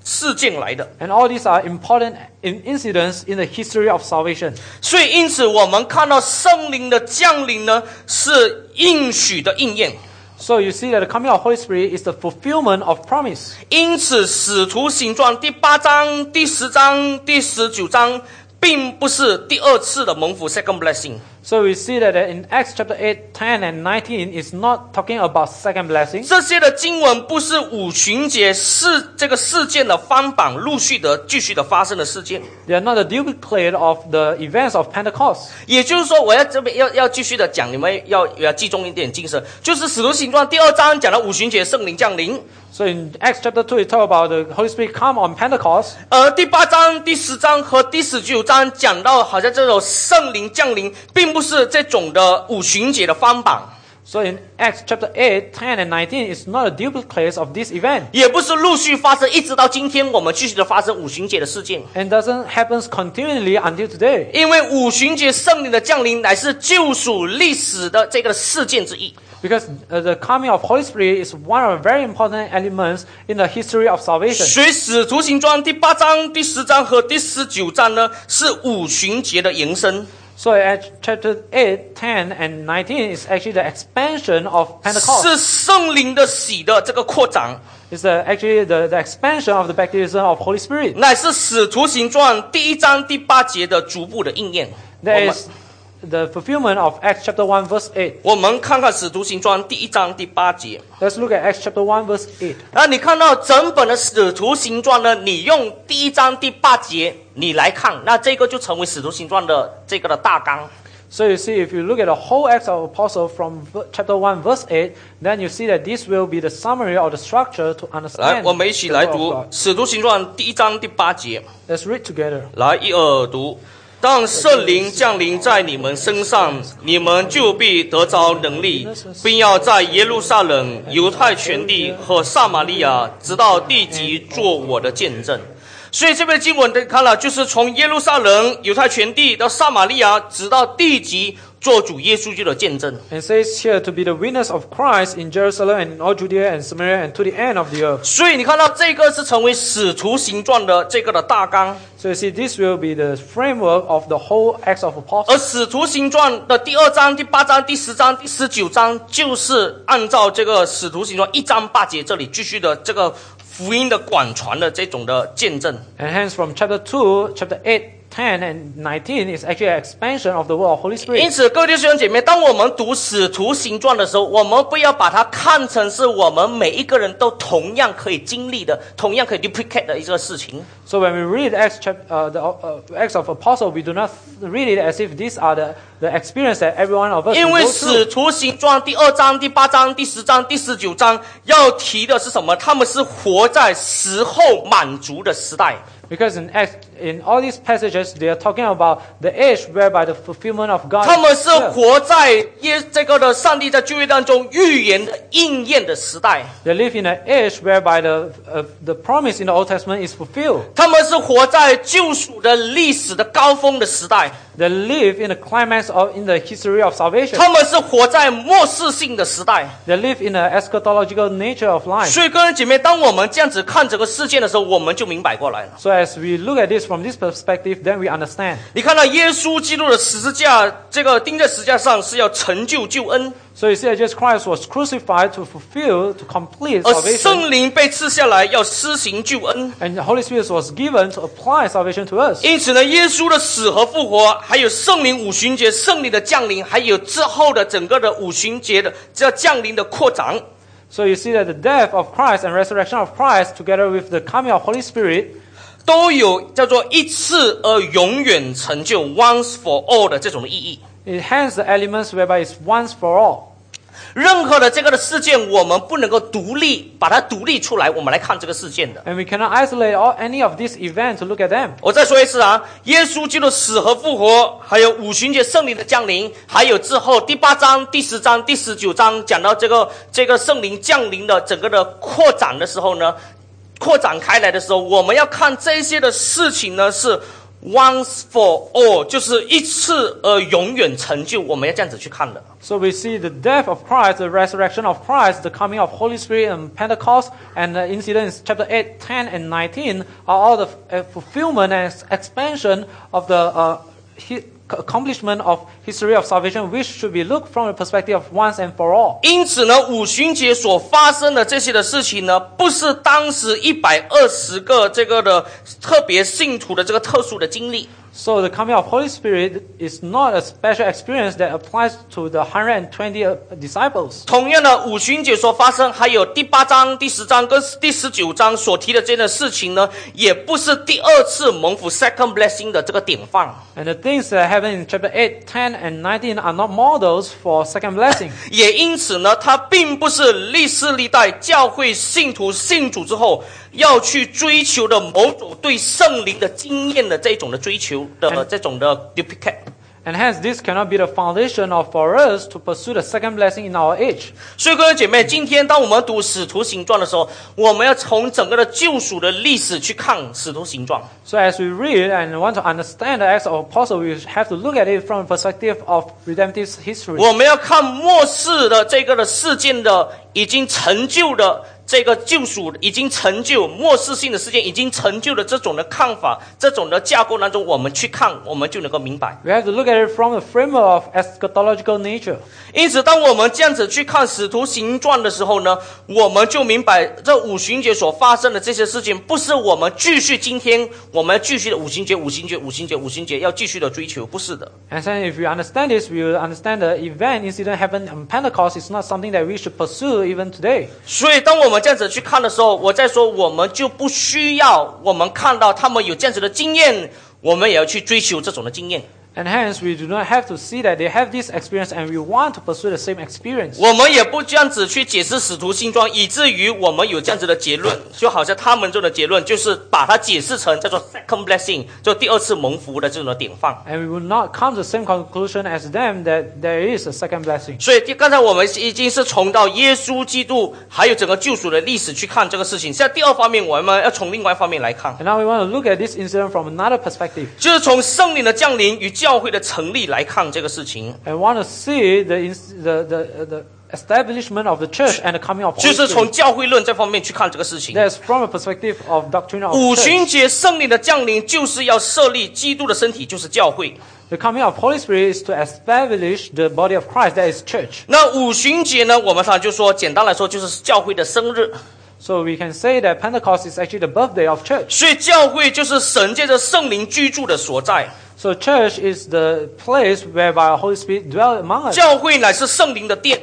[SPEAKER 2] 事件来的。
[SPEAKER 1] And all these are important in incidents in the history of salvation.
[SPEAKER 2] 所以，因此我们看到圣灵的降临呢，是应许的应验。
[SPEAKER 1] So you see that the coming of Holy Spirit is the fulfillment of promise.
[SPEAKER 2] 因此，《使徒行传》第八章、第十章、第十九章，并不是第二次的蒙福 （second blessing）。
[SPEAKER 1] So we see that in Acts chapter 8, 10 and 19 it's not talking about second blessing.
[SPEAKER 2] 这些的经文不是五旬节事这个事件的翻版，陆续的继续的发生的事件。
[SPEAKER 1] They are not the duplicate of the events of Pentecost.
[SPEAKER 2] 也就是说，我要这边要要继续的讲，你们要要集中一点精神，就是《使徒行传》第二章讲到五旬节圣灵降临，
[SPEAKER 1] So in Acts chapter 2 it talk about the Holy Spirit come on Pentecost.
[SPEAKER 2] 而第八章、第十章和第十九章讲到好像这种圣灵降临，并不是这种的五旬节的翻版。
[SPEAKER 1] So in Acts chapter 8, 10 and 19 it's not a duplicate of this event.
[SPEAKER 2] 也不是陆续发生，一直到今天我们继续的发生五旬节的事件。
[SPEAKER 1] And doesn't happens continually until today.
[SPEAKER 2] 因为五旬节圣灵的降临乃是救赎历史的这个事件之一，
[SPEAKER 1] Because uh, the coming of Holy Spirit is one of the very important elements in the history of salvation.
[SPEAKER 2] 所以《使徒行传》第八章、第十章和第十九章呢，是五旬节的延伸。
[SPEAKER 1] So at chapter 8, 10 and 19 is actually the expansion of Pentecost.
[SPEAKER 2] 是圣灵的喜的这个扩展，
[SPEAKER 1] It's the, actually the, the expansion of the baptism of Holy Spirit.
[SPEAKER 2] 乃是《使徒行传》第一章第八节的逐步的应验。我
[SPEAKER 1] That
[SPEAKER 2] 们
[SPEAKER 1] is the fulfillment of Acts chapter 1 verse 8.
[SPEAKER 2] 我们看看《使徒行传》第一章第八节。
[SPEAKER 1] Let's look at Acts chapter 1 verse 8.
[SPEAKER 2] 那你看到整本的《使徒行传》呢？你用第一章第八节你来看，那这个就成为《使徒行传》的这个的大纲。
[SPEAKER 1] So you see, if you look at the whole Acts of Apostle from v- chapter 1 verse 8, then you see that this will be the summary or the structure to understand
[SPEAKER 2] 来，我们一
[SPEAKER 1] the
[SPEAKER 2] 起
[SPEAKER 1] word
[SPEAKER 2] 来
[SPEAKER 1] of
[SPEAKER 2] 读《
[SPEAKER 1] God.
[SPEAKER 2] 使徒行传》第一章第八节。
[SPEAKER 1] Let's read together.
[SPEAKER 2] 来，一二读。当圣灵降临在你们身上，你们就必得着能力，并要在耶路撒冷、犹太全地和撒玛利亚，直到地极，做我的见证。所以这篇经文的看了，就是从耶路撒冷、犹太全地到撒玛利亚，直到地极，做主耶稣基督的见证。
[SPEAKER 1] And says here to be the witness of Christ in Jerusalem and in all Judea and Samaria and to the end of the earth.
[SPEAKER 2] 所以你看到这个是成为使徒行传的这个的大纲，
[SPEAKER 1] So you see, this will be the framework of the whole Acts of
[SPEAKER 2] 而
[SPEAKER 1] Apostles.
[SPEAKER 2] 使徒行传的第二章、第八章、第十章、第十九章，就是按照这个使徒行传一章八节这里继续的这个福音的广传的这种的见证。
[SPEAKER 1] And hence, from chapter 2, chapter 8, 10, and 19 is actually an expansion of the word of Holy
[SPEAKER 2] 因
[SPEAKER 1] Spirit.
[SPEAKER 2] 此，各位弟兄姐妹，当我们读《使徒行传》的时候，我们不要把它看成是我们每一个人都同样可以经历的、同样可以 duplicate 的一个事情。
[SPEAKER 1] So when we read Acts, chap- uh, the uh, Acts of Apostles, we do not read it as if these are the, the experience that every one of us
[SPEAKER 2] 因
[SPEAKER 1] will
[SPEAKER 2] 为
[SPEAKER 1] go
[SPEAKER 2] 《使
[SPEAKER 1] through.
[SPEAKER 2] 徒行传》第二章、第八章、第十章、第十九章要提的是什么？他们是活在时候满足的时代。
[SPEAKER 1] Because in, Acts, in all these passages, they are talking about the age whereby the fulfillment of God
[SPEAKER 2] 他们
[SPEAKER 1] is
[SPEAKER 2] 是
[SPEAKER 1] here.
[SPEAKER 2] 活在耶这个的上帝在旧约当中预言的应验的时代，
[SPEAKER 1] They live in an age whereby the, uh, the promise in the Old Testament is fulfilled.
[SPEAKER 2] 他们是活在救赎的历史的高峰的时代，
[SPEAKER 1] They live in the climax of in the history of salvation.
[SPEAKER 2] 他们是活在末世性的时代。
[SPEAKER 1] They live in the eschatological nature of life.
[SPEAKER 2] 所以，各位姐妹，当我们这样子看整个事件的时候，我们就明白过来了。
[SPEAKER 1] So as we look at this from this perspective, then we understand.
[SPEAKER 2] 你看到耶稣基督的十字架，这个钉在十字架上是要成就救恩，
[SPEAKER 1] So you see, Jesus Christ was crucified to fulfill, to complete
[SPEAKER 2] 而
[SPEAKER 1] salvation.
[SPEAKER 2] 圣灵被赐下来要施行救恩。
[SPEAKER 1] And the Holy Spirit was given to apply salvation to us.
[SPEAKER 2] 因此呢，耶稣的死和复活，还有圣灵五旬节圣灵的降临，还有之后的整个的五旬节的这降临的扩展，
[SPEAKER 1] So you see that the death of Christ and resurrection of Christ, together with the coming of Holy Spirit,
[SPEAKER 2] 都有叫做一次而永远成就 （once for all） 的这种的意义。
[SPEAKER 1] enhance the elements whereby it's once for all.
[SPEAKER 2] 任何的这个的事件，我们不能够独立把它独立出来，我们来看这个事件的。
[SPEAKER 1] And we cannot isolate all, any of these events to look at them.
[SPEAKER 2] 我再说一次啊，耶稣基督死和复活，还有五旬节圣灵的降临，还有之后第八章、第十章、第十九章讲到这个这个圣灵降临的整个的扩展的时候呢，扩展开来的时候，我们要看这些的事情呢是 once for all，就是一次而永远成就，我们要这样子去看的。
[SPEAKER 1] So we see the death of Christ, the resurrection of Christ, the coming of Holy Spirit and Pentecost, and the incidents chapter 8, 10, and 19 are all the uh, fulfillment and ex- expansion of the uh, hi- accomplishment of history of salvation, which should be looked from the perspective of once and for all.
[SPEAKER 2] 因此呢，五旬节所发生的这些的事情呢，不是当时一百二十个这个的特别信徒的这个特殊的经历。
[SPEAKER 1] So the coming of Holy Spirit is not a special experience that applies to the 120 uh, disciples.
[SPEAKER 2] 同样的，五旬节所发生，还有第八章、第十章跟第十九章所提的这件事情呢，也不是第二次蒙福 （second blessing） 的这个典范，
[SPEAKER 1] And the things that happen in chapter 8, 10, and 19 are not models for second blessing.
[SPEAKER 2] 也因此呢，它并不是历世历代教会信徒信主之后要去追求的某种对圣灵的经验的这种的追求的这种的 duplicate。
[SPEAKER 1] And hence, this cannot be the foundation of for us to pursue the second blessing in our age.
[SPEAKER 2] 所以，各位姐妹，今天当我们读《使徒行传》的时候，我们要从整个的救赎的历史去看《使徒行传》。
[SPEAKER 1] So, as we read and want to understand the Acts of Apostle, we have to look at it from the perspective of redemptive history.
[SPEAKER 2] 我们要看末世的这个的事件的已经成就的这个救赎已经成就末世性的事件已经成就的这种的看法，这种的架构当中，我们去看，我们就能够明白。
[SPEAKER 1] We have to look at it from the framework of eschatological nature.
[SPEAKER 2] 因此，当我们这样子去看《使徒行传》的时候呢，我们就明白这五旬节所发生的这些事情，不是我们继续今天我们继续的五旬节、五旬节、五旬节、五旬节要继续的追求，不是的。
[SPEAKER 1] And then, if we understand this, we will understand the event, incident happened on Pentecost is not something that we should pursue even today.
[SPEAKER 2] 所以，当我们这样子去看的时候，我在说，我们就不需要我们看到他们有这样子的经验，我们也要去追求这种的经验。
[SPEAKER 1] And hence, we do not have to see that they have this experience and we want to pursue the same experience.
[SPEAKER 2] 我们也不这样子去解释使徒新装，以至于我们有这样子的结论，就好像他们做的结论就是把它解释成叫做 second blessing，就第二次蒙福的这种的典范。
[SPEAKER 1] And we will not come to the same conclusion as them that there is a second blessing.
[SPEAKER 2] 所以第刚才我们已经是从到耶稣基督，还有整个救赎的历史去看这个事情。现在第二方面，我们要从另外一方面来看，
[SPEAKER 1] And now we want to look at this incident from another perspective.
[SPEAKER 2] 就是从圣灵的降临与教会的成立来看这个事情。
[SPEAKER 1] I want to see the, ins- the, the, the establishment of the church and the coming of
[SPEAKER 2] 就
[SPEAKER 1] Holy
[SPEAKER 2] 是
[SPEAKER 1] Spirit.
[SPEAKER 2] 从教会论这方面去看这个事情。
[SPEAKER 1] That's from a perspective of doctrine of
[SPEAKER 2] 五
[SPEAKER 1] church.
[SPEAKER 2] 旬节圣灵的降临，就是要设立基督的身体，就是教会。
[SPEAKER 1] The coming of Holy Spirit is to establish the body of Christ, that is church.
[SPEAKER 2] 那五旬节呢？我们常常就说，简单来说就是教会的生日。
[SPEAKER 1] So we can say that Pentecost is actually the birthday of church.
[SPEAKER 2] 所以教会就是神借着圣灵居住的所在，
[SPEAKER 1] So church is the place whereby Holy Spirit dwells among us.
[SPEAKER 2] 教会乃是圣灵的殿。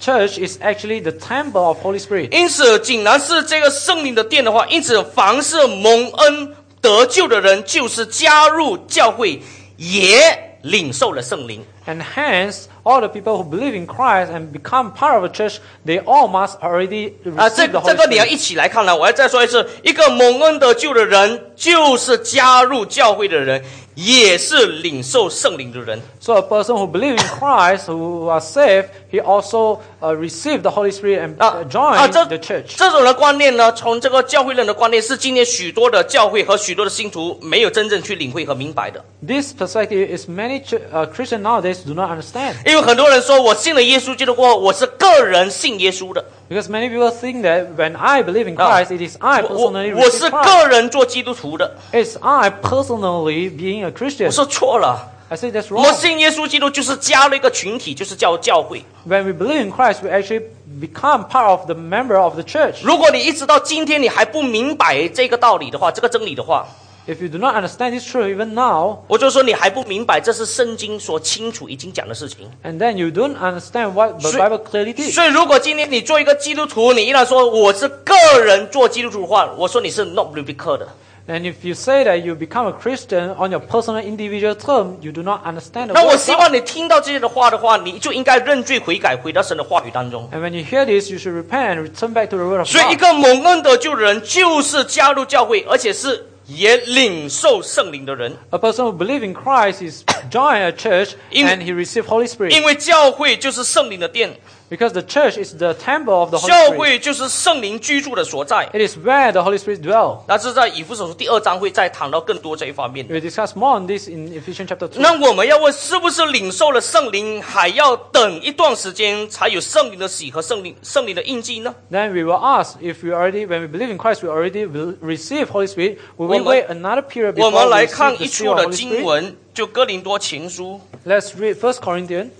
[SPEAKER 1] Church is actually the temple of Holy Spirit.
[SPEAKER 2] 因此，仅然是这个圣灵的殿的话，因此凡是蒙恩得救的人，就是加入教会，也领受了圣灵。
[SPEAKER 1] And hence, all the people who believe in Christ and become part of a church, they all must already
[SPEAKER 2] 啊，这
[SPEAKER 1] receive the
[SPEAKER 2] 这
[SPEAKER 1] Holy
[SPEAKER 2] 个你要
[SPEAKER 1] Spirit.
[SPEAKER 2] 一起来看了。我要再说一次，一个蒙恩得救的人，就是加入教会的人，也是领受圣灵的人。
[SPEAKER 1] So a person who believes in Christ, who are saved, he also uh, received the Holy Spirit and
[SPEAKER 2] 啊
[SPEAKER 1] uh,
[SPEAKER 2] 啊，
[SPEAKER 1] joined the
[SPEAKER 2] 这
[SPEAKER 1] church.
[SPEAKER 2] 这种的观念呢，从这个教会论的观念，是今天许多的教会和许多的信徒没有真正去领会和明白的。
[SPEAKER 1] This perspective is many ch- uh, Christians nowadays do not understand.
[SPEAKER 2] 因为很多人说我信了耶稣基督过后，我是个人信耶稣的，
[SPEAKER 1] Because many people think that when I believe in
[SPEAKER 2] 啊
[SPEAKER 1] Christ, it is I
[SPEAKER 2] 我我
[SPEAKER 1] personally
[SPEAKER 2] 我是
[SPEAKER 1] receive Christ.
[SPEAKER 2] 个人做基督徒的。
[SPEAKER 1] It's I personally being a
[SPEAKER 2] 我
[SPEAKER 1] Christian.
[SPEAKER 2] 说错了，
[SPEAKER 1] I say that's
[SPEAKER 2] 我
[SPEAKER 1] wrong.
[SPEAKER 2] 们信耶稣基督就是加入一个群体，就是叫教会。
[SPEAKER 1] When we believe in Christ, we actually become part of the member of the church.
[SPEAKER 2] 如果你一直到今天你还不明白这个道理的话，这个真理的话，
[SPEAKER 1] If you do not understand this truth even now,
[SPEAKER 2] 我就说你还不明白这是圣经所清楚已经讲的事情。
[SPEAKER 1] and then you don't understand what the
[SPEAKER 2] 所以-
[SPEAKER 1] Bible clearly teaches.
[SPEAKER 2] 所以，如果今天你做一个基督徒，你依然说我是个人做基督徒的话，我说你是 not b i b l i c a 的。
[SPEAKER 1] And if you say that you become a Christian on your personal individual term, you do not understand the
[SPEAKER 2] 那
[SPEAKER 1] word
[SPEAKER 2] 我
[SPEAKER 1] of
[SPEAKER 2] 希
[SPEAKER 1] God.
[SPEAKER 2] 望你听到这些的话的话，你就应该认罪悔改，回到神的话语当中。
[SPEAKER 1] And when you hear this, you should repent and return back to the word of
[SPEAKER 2] 所以，一
[SPEAKER 1] God.
[SPEAKER 2] 个蒙恩得救的人，就是加入教会，而且是也领受圣灵的人，
[SPEAKER 1] A person who believes in Christ is joined a church
[SPEAKER 2] In-
[SPEAKER 1] and he receives Holy Spirit.
[SPEAKER 2] 因为教会就是圣灵的殿，
[SPEAKER 1] Because the church is the temple of the Holy
[SPEAKER 2] 教
[SPEAKER 1] Spirit.
[SPEAKER 2] 会就是圣灵居住的所在。
[SPEAKER 1] It is where the Holy Spirit dwells.
[SPEAKER 2] 那这是在以弗所书第二章会再谈到更多这一方面。
[SPEAKER 1] We discuss more on this in Ephesians chapter 2.
[SPEAKER 2] 那我们要问，是不是领受了圣灵，还要等一段时间才有圣灵的喜和圣灵圣灵的印记呢？
[SPEAKER 1] Then we will ask if we already, when we believe in Christ, we already will receive Holy Spirit. We will
[SPEAKER 2] 我们-
[SPEAKER 1] wait another period
[SPEAKER 2] 我
[SPEAKER 1] before
[SPEAKER 2] 们
[SPEAKER 1] we
[SPEAKER 2] 来
[SPEAKER 1] receive
[SPEAKER 2] 看
[SPEAKER 1] the
[SPEAKER 2] 一
[SPEAKER 1] seal
[SPEAKER 2] 处
[SPEAKER 1] of
[SPEAKER 2] 的
[SPEAKER 1] Holy
[SPEAKER 2] 经
[SPEAKER 1] Spirit.
[SPEAKER 2] 文，就哥林多前书，
[SPEAKER 1] Let's read 1 Corinthians,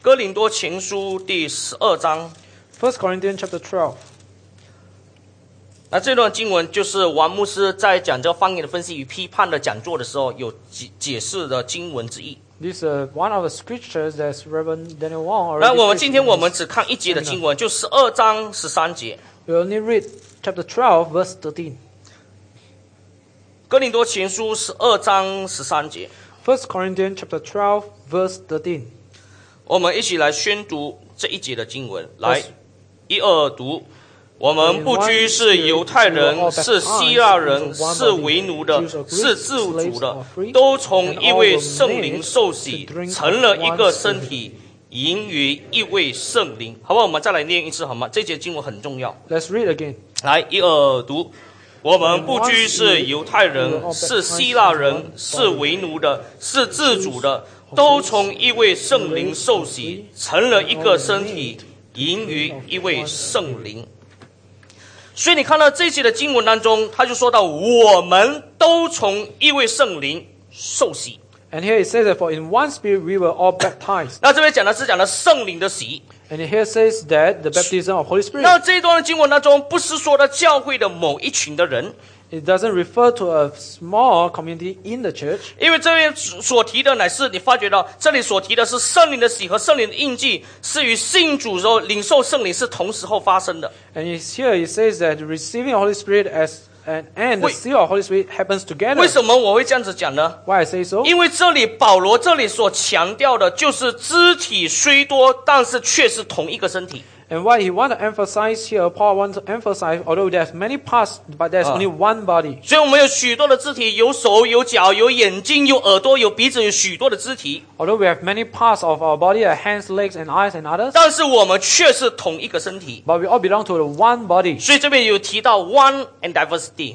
[SPEAKER 2] 哥林多前书第十二章。
[SPEAKER 1] 1 Corinthians chapter 12.
[SPEAKER 2] 那这段经文就是王牧师在讲这个方言的分析与批判的讲座的时候有解解释的经文之一。
[SPEAKER 1] This is uh, one of the scriptures that Reverend Daniel Wong
[SPEAKER 2] 那我们
[SPEAKER 1] already
[SPEAKER 2] 今
[SPEAKER 1] preached
[SPEAKER 2] 天
[SPEAKER 1] in
[SPEAKER 2] 我们
[SPEAKER 1] this.
[SPEAKER 2] 只看一节的经文，就十二章十三节，
[SPEAKER 1] We only read chapter 12, verse 13.
[SPEAKER 2] 哥林多前书十二章十三节。
[SPEAKER 1] 1 Corinthians chapter 12, verse 13.
[SPEAKER 2] 我们一起来宣读这一节的经文，来
[SPEAKER 1] Let's-
[SPEAKER 2] 一二读。我们不拘是犹太人，是希腊人，是为奴的，是自主的，都从一位圣灵受洗，成了一个身体，营于一位圣灵。好不好？我们再来念一次好吗？这节经文很重要。
[SPEAKER 1] Let's read again.
[SPEAKER 2] 来，一二读。我们不拘是犹太人，是希腊人，是为奴的，是自主的，都从一位圣灵受洗，成了一个身体，营于一位圣灵。所以你看到这节的经文当中，他就说到，我们都从一位圣灵受洗。
[SPEAKER 1] And here it says that for in one spirit we were all baptized.
[SPEAKER 2] 那这边讲的是讲的圣灵的洗。
[SPEAKER 1] And here it says that the baptism of Holy Spirit.
[SPEAKER 2] 那这一段的经文当中，不是说到教会的某一群的人，
[SPEAKER 1] It doesn't refer to a small community in the church
[SPEAKER 2] 因为这边所提的乃是你发觉到，这里所提的是圣灵的喜和圣灵的印记，是与信主之后领受圣灵是同时候发生的。
[SPEAKER 1] and it's here it says that receiving Holy Spirit as and, and the
[SPEAKER 2] Wait.
[SPEAKER 1] seal of Holy Spirit happens together.
[SPEAKER 2] 为什么我会这样子讲呢？
[SPEAKER 1] Why I say so?
[SPEAKER 2] 因为这里保罗这里所强调的就是肢体虽多，但是却是同一个身体。
[SPEAKER 1] And why he want to emphasize here, Paul want to emphasize, although there's many parts, but there's only one body.
[SPEAKER 2] 所以我们有许多的肢体，有手、有脚、有眼睛、有耳朵、有鼻子，有许多的肢体，
[SPEAKER 1] Although we have many parts of our body, like hands, legs, and eyes, and others,
[SPEAKER 2] 但是我们却是同一个身体。
[SPEAKER 1] but we all belong to the one body.
[SPEAKER 2] 所以这边有提到 one and diversity。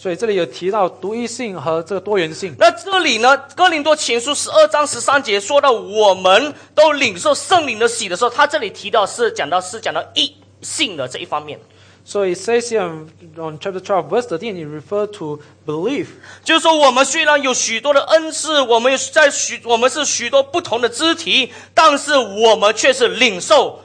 [SPEAKER 1] 所以这里有提到独一性和这个多元性。
[SPEAKER 2] 那这里呢，《哥林多前书》十二章十三节说到，我们都领受圣灵的喜的时候，他这里提到是讲到是讲到异性的这一方面，
[SPEAKER 1] So it says here on, on chapter 12, verse 13, it refers to belief.
[SPEAKER 2] 就是说我们虽然有许多的恩赐，我们有在许我们是许多不同的肢体，但是我们却是领受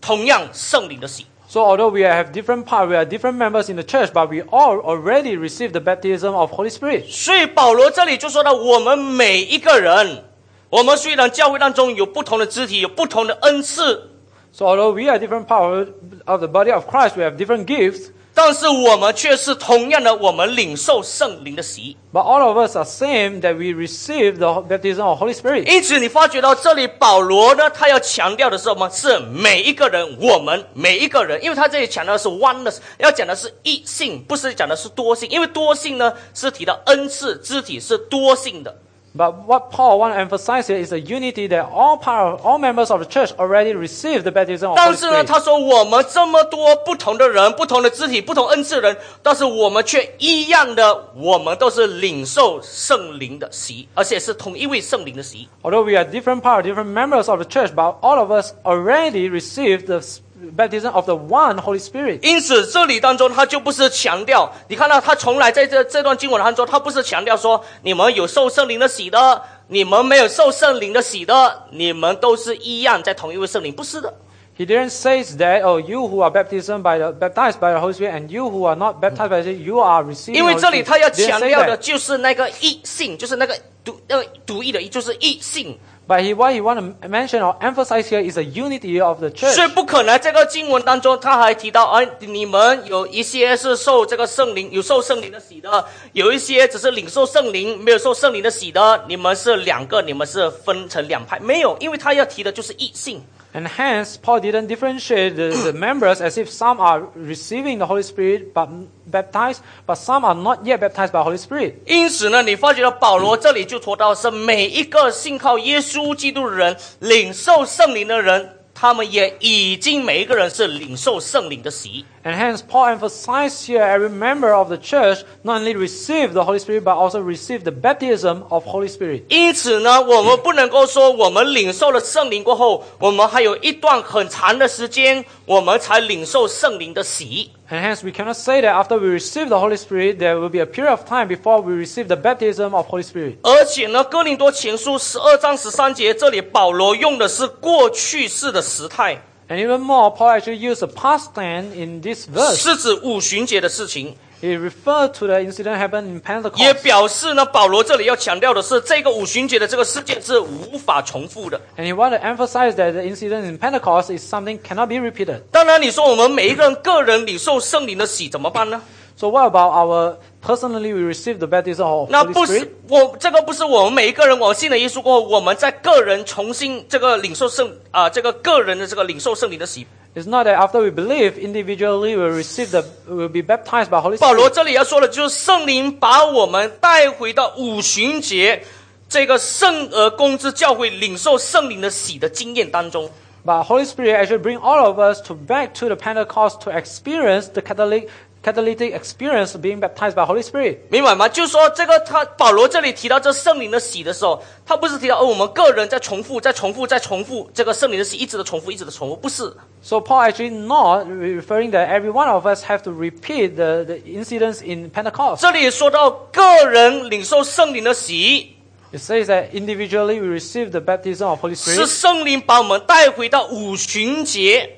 [SPEAKER 2] 同样圣灵的喜。
[SPEAKER 1] So although we have different parts, we are different members in the church, but we all already received the baptism of Holy Spirit.
[SPEAKER 2] 所以保罗这里就说到，我们每一个人，我们虽然教会当中有不同的肢体，有不同的恩赐，
[SPEAKER 1] So although we are different parts of the body of Christ, we have different gifts,
[SPEAKER 2] 但是我们却是同样的，我们领受圣灵的洗。
[SPEAKER 1] but all of us are same that we receive the baptism of Holy Spirit.
[SPEAKER 2] 因此，你发觉到这里，保罗呢，他要强调的是什么？是每一个人，我们每一个人，因为他这里强调的是 oneness，要讲的是异性，不是讲的是多性。因为多性呢，是提到恩赐肢体是多性的，
[SPEAKER 1] But what Paul want to emphasize here is the unity that all part of, all members of the church already received the baptism of
[SPEAKER 2] 但
[SPEAKER 1] Holy
[SPEAKER 2] 是呢，
[SPEAKER 1] Spirit.
[SPEAKER 2] 他说我们这么多不同的人、不同的肢体、不同恩赐的人，但是我们却一样的，我们都是领受圣灵的洗，而且是同一位圣灵的洗。
[SPEAKER 1] Although we are different part, different members of the church, but all of us already received the s- baptism of the one Holy Spirit.
[SPEAKER 2] 因此，这里当中他就不是强调，你看到他从来在这这段经文当中，他不是强调说你们有受圣灵的洗的，你们没有受圣灵的洗的，你们都是一样在同一位圣灵，不是的。
[SPEAKER 1] He didn't say that, oh, you who are baptism by the, baptized by the Holy Spirit and you who are not baptized by the Spirit, you are receiving
[SPEAKER 2] 因为
[SPEAKER 1] Holy
[SPEAKER 2] 这里
[SPEAKER 1] Spirit.
[SPEAKER 2] 他要
[SPEAKER 1] He didn't
[SPEAKER 2] 强
[SPEAKER 1] say
[SPEAKER 2] 调的
[SPEAKER 1] that.
[SPEAKER 2] 就是那个异性，就是那个独呃独一的，就是异性。
[SPEAKER 1] But he, what he want to mention or emphasize here is the unity of the church.
[SPEAKER 2] 所以不可能，这个经文当中他还提到，哎、你们有一些是受这个圣灵，有受圣灵的洗的，有一些只是领受圣灵，没有受圣灵的洗的，你们是两个，你们是分成两派，没有，因为他要提的就是异性。
[SPEAKER 1] And hence, Paul didn't differentiate the, the members as if some are receiving the Holy Spirit but baptized, but some are not yet baptized by Holy Spirit.
[SPEAKER 2] 因此呢，你发觉到保罗这里就说到，是每一个信靠耶稣基督的人，领受圣灵的人，他们也已经每一个人是领受圣灵的洗。
[SPEAKER 1] And hence, Paul emphasized here every member of the church not only received the Holy Spirit but also received the baptism of Holy Spirit.
[SPEAKER 2] 因此呢，我们不能够说我们领受了圣灵过后，我们还有一段很长的时间，我们才领受圣灵的洗。
[SPEAKER 1] And hence, we cannot say that after we receive the Holy Spirit, there will be a period of time before we receive the baptism of Holy Spirit.
[SPEAKER 2] 而且呢，《哥林多前书》十二章十三节，这里保罗用的是过去式的时态，
[SPEAKER 1] And even more, Paul actually used the past tense in this verse.
[SPEAKER 2] 是指五旬节的事情，
[SPEAKER 1] He referred to the incident happened in Pentecost.
[SPEAKER 2] 也表示呢，保罗这里要强调的是，这个五旬节的这个事件是无法重复的。
[SPEAKER 1] And he want to emphasize that the incident in Pentecost is something cannot be repeated.
[SPEAKER 2] 当然，你说我们每一个人个人领受圣灵的洗怎么办呢？
[SPEAKER 1] So what about our personally we receive the baptism of
[SPEAKER 2] 那
[SPEAKER 1] Holy
[SPEAKER 2] 不
[SPEAKER 1] Spirit?
[SPEAKER 2] 是我这个不是我们每一个人，我信了耶稣过后，我们在个人重新这个领受圣啊、这个个人的这个领受圣灵的洗。
[SPEAKER 1] It's not that after we believe individually we receive the will be baptized by Holy
[SPEAKER 2] 保罗
[SPEAKER 1] Spirit.
[SPEAKER 2] 这里要说的就是圣灵把我们带回到五旬节这个圣而公之教会领受圣灵的洗的经验当中。
[SPEAKER 1] But Holy Spirit actually bring all of us to back to the Pentecost to experience the Catholic catalytic experience of being baptized by Holy Spirit.
[SPEAKER 2] 明白吗？就是说，这个他保罗这里提到这圣灵的洗的时候，他不是提到哦，我们个人在重复、在重复、在重复这个圣灵的洗，一直的重复、一直的重复，不是。
[SPEAKER 1] So Paul actually not re- referring that every one of us have to repeat the, the incidents in Pentecost.
[SPEAKER 2] 这里说到个人领受圣灵的洗，
[SPEAKER 1] It says that individually we receive the baptism of Holy
[SPEAKER 2] 是
[SPEAKER 1] Spirit.
[SPEAKER 2] 圣灵把我们带回到五旬节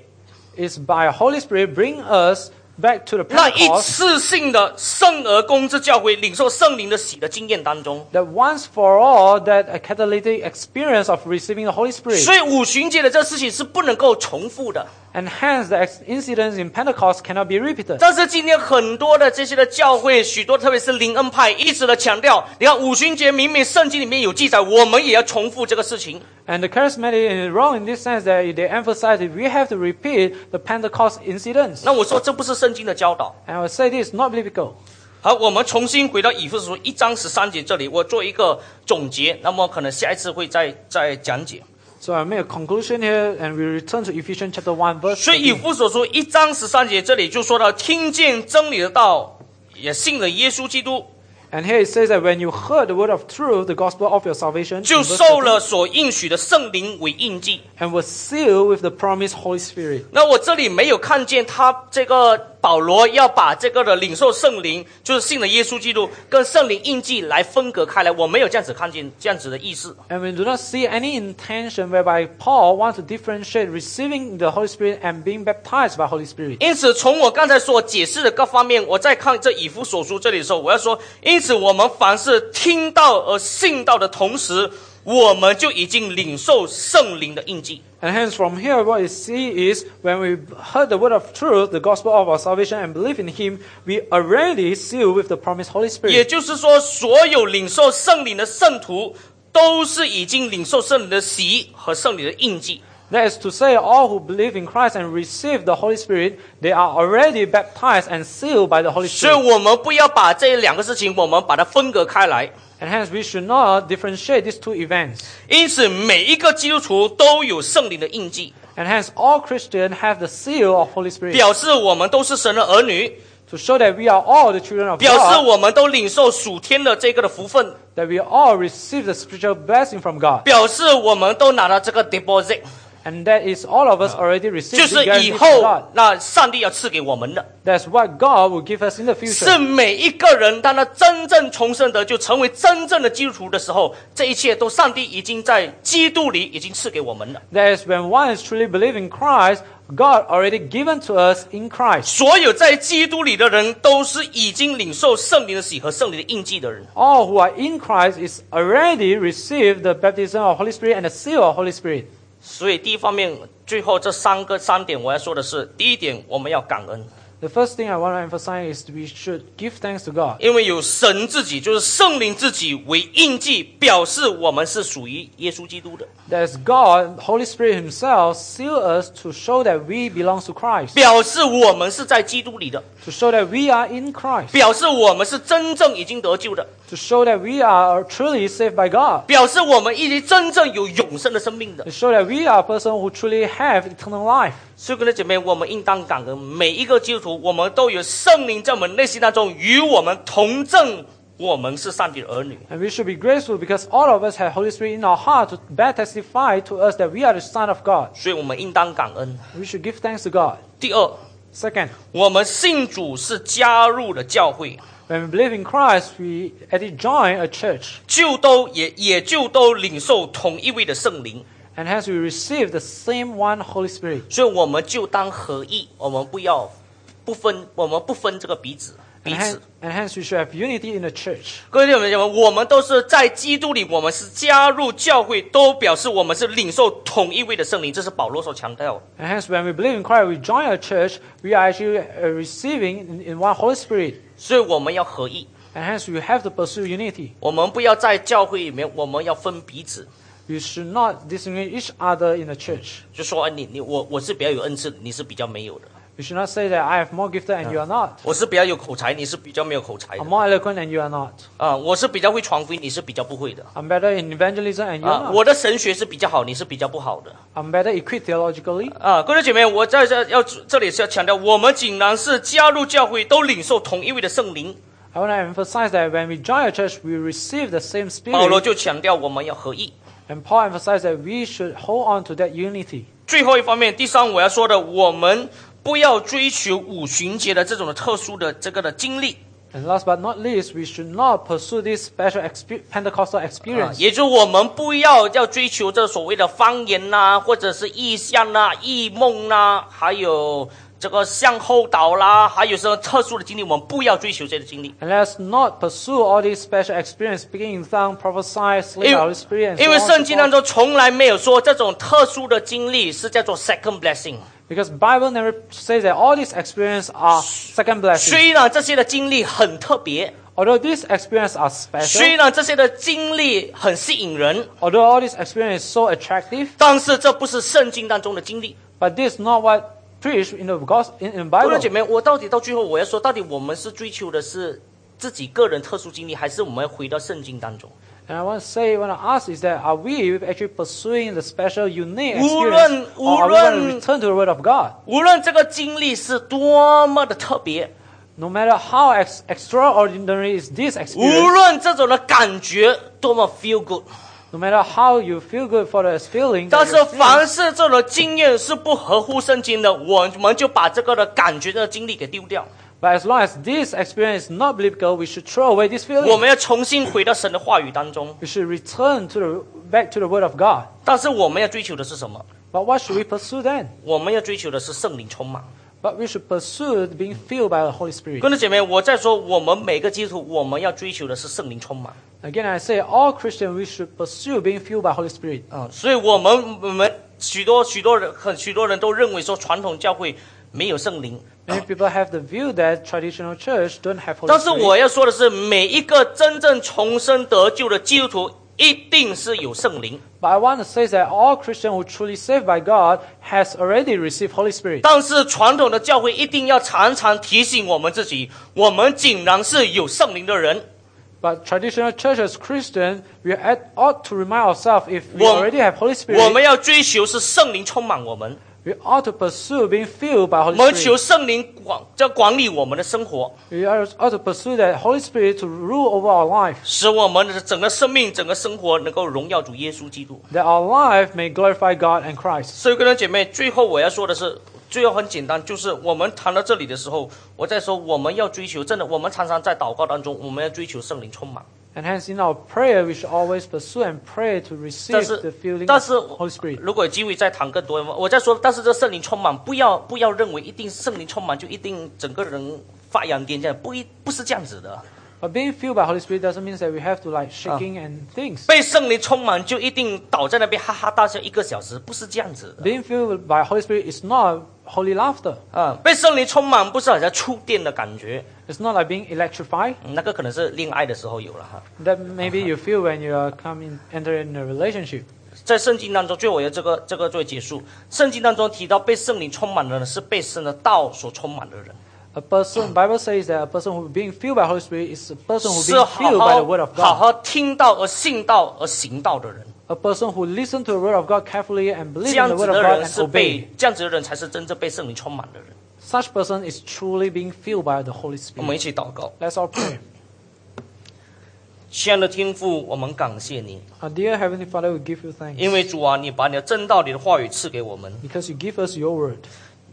[SPEAKER 1] is by Holy Spirit bring us back to the
[SPEAKER 2] 那一
[SPEAKER 1] Pentecost
[SPEAKER 2] 次性的圣而公之教会领受圣灵的洗的经验当中。
[SPEAKER 1] that once for all that a catalytic experience of receiving the Holy Spirit.
[SPEAKER 2] 所以五旬节的这事情是不能够重复的，
[SPEAKER 1] And hence, the ex- incidents in Pentecost cannot be repeated.
[SPEAKER 2] 但是今天很多的这些的教会，许多特别是灵恩派，一直的强调，你看五旬节明明圣经里面有记载，我们也要重复这个事情。
[SPEAKER 1] And the charismatic is wrong in this sense that they emphasize that we have to repeat the Pentecost incidents.
[SPEAKER 2] 那我说这不是圣经的教导。
[SPEAKER 1] And I would say this is not biblical.
[SPEAKER 2] 好，我们重新回到以弗所书一章十三节这里，我做一个总结，那么可能下一次会再再讲解。
[SPEAKER 1] So I make a conclusion here, and we return to Ephesians chapter one verse.
[SPEAKER 2] 所以以
[SPEAKER 1] 13.
[SPEAKER 2] 弗所书一章十三节这里就说到，听见真理的道，也信了耶稣基督，
[SPEAKER 1] And here it says that when you heard the word of truth, the gospel of your salvation, in
[SPEAKER 2] 就
[SPEAKER 1] verse
[SPEAKER 2] 受
[SPEAKER 1] 13,
[SPEAKER 2] 了所应许的圣灵为印记。
[SPEAKER 1] and was sealed with the promised Holy Spirit.
[SPEAKER 2] 那我这里没有看见他这个保罗要把这个的领受圣灵，就是信的耶稣基督跟圣灵印记来分隔开来，我没有这样子看见这样子的意思。
[SPEAKER 1] And we do not see any intention whereby Paul wants to differentiate receiving the Holy Spirit and being baptized by Holy Spirit.
[SPEAKER 2] 因此，从我刚才所解释的各方面，我在看这以弗所书这里的时候，我要说，因此我们凡是听到而信到的同时，我们就已经领受圣灵的印记。
[SPEAKER 1] And hence from here what we see is when we heard the word of truth, the gospel of our salvation and believe in him, we already sealed with the promised Holy Spirit.
[SPEAKER 2] 也就是说，所有领受圣灵的圣徒，都是已经领受圣灵的洗和圣灵的印记。
[SPEAKER 1] That is to say, all who believe in Christ and receive the Holy Spirit, they are already baptized and sealed by the Holy
[SPEAKER 2] 所以
[SPEAKER 1] Spirit.
[SPEAKER 2] 我们不要把这两个事情，我们把它分隔开来。
[SPEAKER 1] And hence we should not differentiate these two events.
[SPEAKER 2] 因此，每一个基督徒都有圣灵的印记，
[SPEAKER 1] And hence all Christians have the seal of Holy Spirit
[SPEAKER 2] 表示我们都是神的儿女，
[SPEAKER 1] to show that we are all the children of
[SPEAKER 2] 表示
[SPEAKER 1] God,
[SPEAKER 2] 我们都领受属天的这个的福分，
[SPEAKER 1] that we all receive the spiritual blessing from God.
[SPEAKER 2] 表示我们都拿到这个 deposit，
[SPEAKER 1] And that is all of us already
[SPEAKER 2] 就
[SPEAKER 1] received the
[SPEAKER 2] 是
[SPEAKER 1] guarantee
[SPEAKER 2] 以
[SPEAKER 1] from
[SPEAKER 2] 后
[SPEAKER 1] God.
[SPEAKER 2] 那上帝要赐给我们的，
[SPEAKER 1] That's what God will give us in the future.
[SPEAKER 2] 是每一个人当他真正重生的，就成为真正的基督徒的时候，这一切都上帝已经在基督里已经赐给我们了。
[SPEAKER 1] That is when one is truly believing Christ, God already given to us in Christ.
[SPEAKER 2] 所有在基督里的人，都是已经领受圣灵的喜和圣灵的印记的人。
[SPEAKER 1] All who are in Christ is already received the baptism of Holy Spirit and the seal of Holy Spirit.
[SPEAKER 2] 所以第一方面，最后这三个三点我要说的是：第一点，我们要感恩，
[SPEAKER 1] The first thing I want to emphasize is we should give thanks to God
[SPEAKER 2] 因为有神自己，就是圣灵自己为印记，表示我们是属于耶稣基督的，
[SPEAKER 1] that is God, Holy Spirit Himself, seal us to show that we belong to Christ,
[SPEAKER 2] 表示我们是在基督里的，
[SPEAKER 1] to show that we are in Christ,
[SPEAKER 2] 表示我们是真正已经得救的，
[SPEAKER 1] to show that we are truly saved by God,
[SPEAKER 2] 表示我们已经真正有永生的生命的
[SPEAKER 1] to。show that we are a person who truly have eternal life.
[SPEAKER 2] 所以，各位姐妹，我们应当感恩每一个基督徒，我们都有圣灵在我们内心当中与我们同证，我们是上帝的儿女。
[SPEAKER 1] And we should be grateful because all of us have Holy Spirit in our heart to bear testify to us that we are the Son of God.
[SPEAKER 2] 所以，我们应当感恩。
[SPEAKER 1] We should give thanks to God.
[SPEAKER 2] 第二，
[SPEAKER 1] Second,
[SPEAKER 2] 我们信主是加入了教会，
[SPEAKER 1] when we believe in Christ, we at it join a church,
[SPEAKER 2] 就都也也就都领受同一位的圣灵，
[SPEAKER 1] and hence we receive the same one Holy Spirit.
[SPEAKER 2] 所以我们就当合一，我们不要不分，我们不分这个彼此彼
[SPEAKER 1] And, hen-
[SPEAKER 2] 此。
[SPEAKER 1] and hence we should have unity in the church.
[SPEAKER 2] 各位弟兄姐妹，我们都是在基督里，我们是加入教会，都表示我们是领受同一位的圣灵，这是保罗所强调的。
[SPEAKER 1] And hence when we believe in Christ, we join a church, we are actually uh, receiving in, in one Holy Spirit.
[SPEAKER 2] 所以我们要合一，
[SPEAKER 1] And hence we have to pursue unity.
[SPEAKER 2] 我们不要在教会里面，我们要分彼此，
[SPEAKER 1] We should not discriminate each other in the church.
[SPEAKER 2] 就说哎你你我我是比较有恩赐的，你是比较没有的；
[SPEAKER 1] We should not say that I have more gifted and you are not.
[SPEAKER 2] 我是比较有口才，你是比较没有口才的
[SPEAKER 1] I'm。more eloquent and you are not.
[SPEAKER 2] 啊，我是比较会传福音，你是比较不会的。
[SPEAKER 1] I'm better in evangelism and you're
[SPEAKER 2] 啊，
[SPEAKER 1] not.
[SPEAKER 2] 我的神学是比较好，你是比较不好的。
[SPEAKER 1] I'm better equipped theologically.
[SPEAKER 2] 啊，各位姐妹，我在这要这里是要强调，我们竟然是加入教会，都领受同一位的圣灵。
[SPEAKER 1] I want to emphasize that when we join a church, we receive the same
[SPEAKER 2] 保罗
[SPEAKER 1] spirit.
[SPEAKER 2] 就强调我们要合一。
[SPEAKER 1] And Paul emphasized that we should hold on to that unity.
[SPEAKER 2] 最后一方面，第三我要说的，我们不要追求五旬节的这种的特殊的这个的经历，
[SPEAKER 1] And last but not least, we should not pursue this special expe- Pentecostal
[SPEAKER 2] 啊
[SPEAKER 1] experience.
[SPEAKER 2] 也就是我们不要要追求这所谓的方言呐、或者是意象呐、异梦呐、还有这个向后倒啦，还有什么特殊的经历，我们不要追求这些经历。
[SPEAKER 1] And let's not pursue all these special experience, speaking in tongues, prophesying, sleep,
[SPEAKER 2] 因
[SPEAKER 1] Holy Spirit, and
[SPEAKER 2] 因为
[SPEAKER 1] so on
[SPEAKER 2] 圣
[SPEAKER 1] and so
[SPEAKER 2] 经当
[SPEAKER 1] forth.
[SPEAKER 2] 中从来没有说这种特殊的经历是叫做 second blessing，
[SPEAKER 1] Because Bible never says that all these experiences are second blessings.
[SPEAKER 2] 虽然这些的经历很特别，
[SPEAKER 1] Although these experiences are
[SPEAKER 2] 虽
[SPEAKER 1] special,
[SPEAKER 2] 然这些的经历很吸引人，
[SPEAKER 1] although all these experience is so attractive,
[SPEAKER 2] 但是这不是圣经当中的经历。
[SPEAKER 1] but this is not what preached in the gospel in, in
[SPEAKER 2] 弟
[SPEAKER 1] Bible.
[SPEAKER 2] 兄姐妹，我到底到最后我要说，到底我们是追求的是自己个人特殊经历，还是我们要回到圣经当中？
[SPEAKER 1] And I want to say, want to ask is that are we actually pursuing the special, unique
[SPEAKER 2] 无论-
[SPEAKER 1] experience, or are we going
[SPEAKER 2] 无
[SPEAKER 1] to
[SPEAKER 2] 论-
[SPEAKER 1] return to the Word of God?
[SPEAKER 2] 无论这个经历是多么的特别，
[SPEAKER 1] No matter how ex- extraordinary is this
[SPEAKER 2] 无
[SPEAKER 1] experience,
[SPEAKER 2] 论这种的感觉多么 feel good，
[SPEAKER 1] no matter how you feel good for the feeling, that
[SPEAKER 2] 但是
[SPEAKER 1] you
[SPEAKER 2] 凡
[SPEAKER 1] feel,
[SPEAKER 2] 是这种的经验是不合乎圣经的，我们就把这个的感觉的经历给丢掉，
[SPEAKER 1] but as long as this experience is not biblical, we should throw away this
[SPEAKER 2] 我
[SPEAKER 1] feeling.
[SPEAKER 2] 们要重新回到神的话语当中。
[SPEAKER 1] We should return to the back to the Word of God.
[SPEAKER 2] 但是我们要追求的是什么？
[SPEAKER 1] But what should we pursue then?
[SPEAKER 2] 我们要追求的是圣灵充满。
[SPEAKER 1] But we should pursue being filled by the Holy Spirit.
[SPEAKER 2] 跟着姐妹，我在说，我们每个基督徒，我们要追求的是圣灵充满
[SPEAKER 1] Again, I say all Christians we should pursue being filled by Holy Spirit.
[SPEAKER 2] 啊、所以我们我们许多许多人很许多人都认为说传统教会没有圣灵，
[SPEAKER 1] Many people have the view that traditional church don't have Holy
[SPEAKER 2] 但是
[SPEAKER 1] Spirit.
[SPEAKER 2] 我要说的是，每一个真正重生得救的基督徒一定是有圣灵，
[SPEAKER 1] But I want to say that all Christians who truly saved by God has already received Holy Spirit.
[SPEAKER 2] 但是传统的教会一定要常常提醒我们自己，我们竟然是有圣灵的人。
[SPEAKER 1] But traditional church as Christian, we at- ought to remind ourselves if we
[SPEAKER 2] 我-
[SPEAKER 1] already have Holy
[SPEAKER 2] 我
[SPEAKER 1] Spirit,
[SPEAKER 2] 们要追求是圣灵充满我们，
[SPEAKER 1] we ought to pursue being filled by
[SPEAKER 2] 我们
[SPEAKER 1] Holy
[SPEAKER 2] 求
[SPEAKER 1] Spirit.
[SPEAKER 2] 圣灵管要管理我们的生活，
[SPEAKER 1] We ought to pursue that Holy Spirit to rule over our life,
[SPEAKER 2] 使我们的整个生命、整个生活能够荣耀主耶稣基督。
[SPEAKER 1] that our life may glorify God and Christ.
[SPEAKER 2] 所以，各位姐妹，最后我要说的是，最后很简单，就是我们谈到这里的时候，我在说我们要追求真的，我们常常在祷告当中，我们要追求圣灵充满。
[SPEAKER 1] And hence, in our prayer, we should always pursue and pray to receive
[SPEAKER 2] 但是
[SPEAKER 1] the feeling，
[SPEAKER 2] 但
[SPEAKER 1] of
[SPEAKER 2] 是
[SPEAKER 1] Holy Spirit.
[SPEAKER 2] 如果有机会再谈更多，我再说。但是这圣灵充满，不要不要认为一定圣灵充满就一定整个人发扬癫痫，不一不是这样子的。
[SPEAKER 1] But being filled by Holy Spirit doesn't mean that we have to like shaking and things.
[SPEAKER 2] 被圣灵充满就一定倒在那边哈哈大笑一个小时，不是这样子的。
[SPEAKER 1] Being filled by Holy Spirit is not holy laughter.
[SPEAKER 2] 啊，被圣灵充满不是好像触电的感觉，
[SPEAKER 1] It's not like being electrified
[SPEAKER 2] 嗯那个可能是恋爱的时候有了哈。
[SPEAKER 1] that maybe you feel when you are coming entering a relationship.
[SPEAKER 2] 在圣经当中，最后我要这个这个作为结束。圣经当中提到被圣灵充满的人是被神的道所充满的人，
[SPEAKER 1] A person, Bible says that a person who being filled by Holy Spirit is a person who
[SPEAKER 2] 是
[SPEAKER 1] being
[SPEAKER 2] 好
[SPEAKER 1] filled by the Word
[SPEAKER 2] 好
[SPEAKER 1] of
[SPEAKER 2] 好
[SPEAKER 1] God.
[SPEAKER 2] 好听到而信道而行道的人。
[SPEAKER 1] A person who listens to the Word of God carefully and
[SPEAKER 2] 这
[SPEAKER 1] believes in
[SPEAKER 2] 样
[SPEAKER 1] the
[SPEAKER 2] 子
[SPEAKER 1] Word of
[SPEAKER 2] 的
[SPEAKER 1] God
[SPEAKER 2] 人
[SPEAKER 1] and
[SPEAKER 2] 是被
[SPEAKER 1] obey.
[SPEAKER 2] 这样子的人才是真正被圣灵充满的人。
[SPEAKER 1] Such person is truly being filled by the Holy
[SPEAKER 2] 我们
[SPEAKER 1] Spirit.
[SPEAKER 2] 一起祷告，
[SPEAKER 1] Let's all pray.
[SPEAKER 2] 亲爱的天父，我们感谢你，
[SPEAKER 1] Our dear Heavenly Father, we give you thanks
[SPEAKER 2] 因为主啊，你把你的真道、你的话语赐给我们。
[SPEAKER 1] because you give us your Word.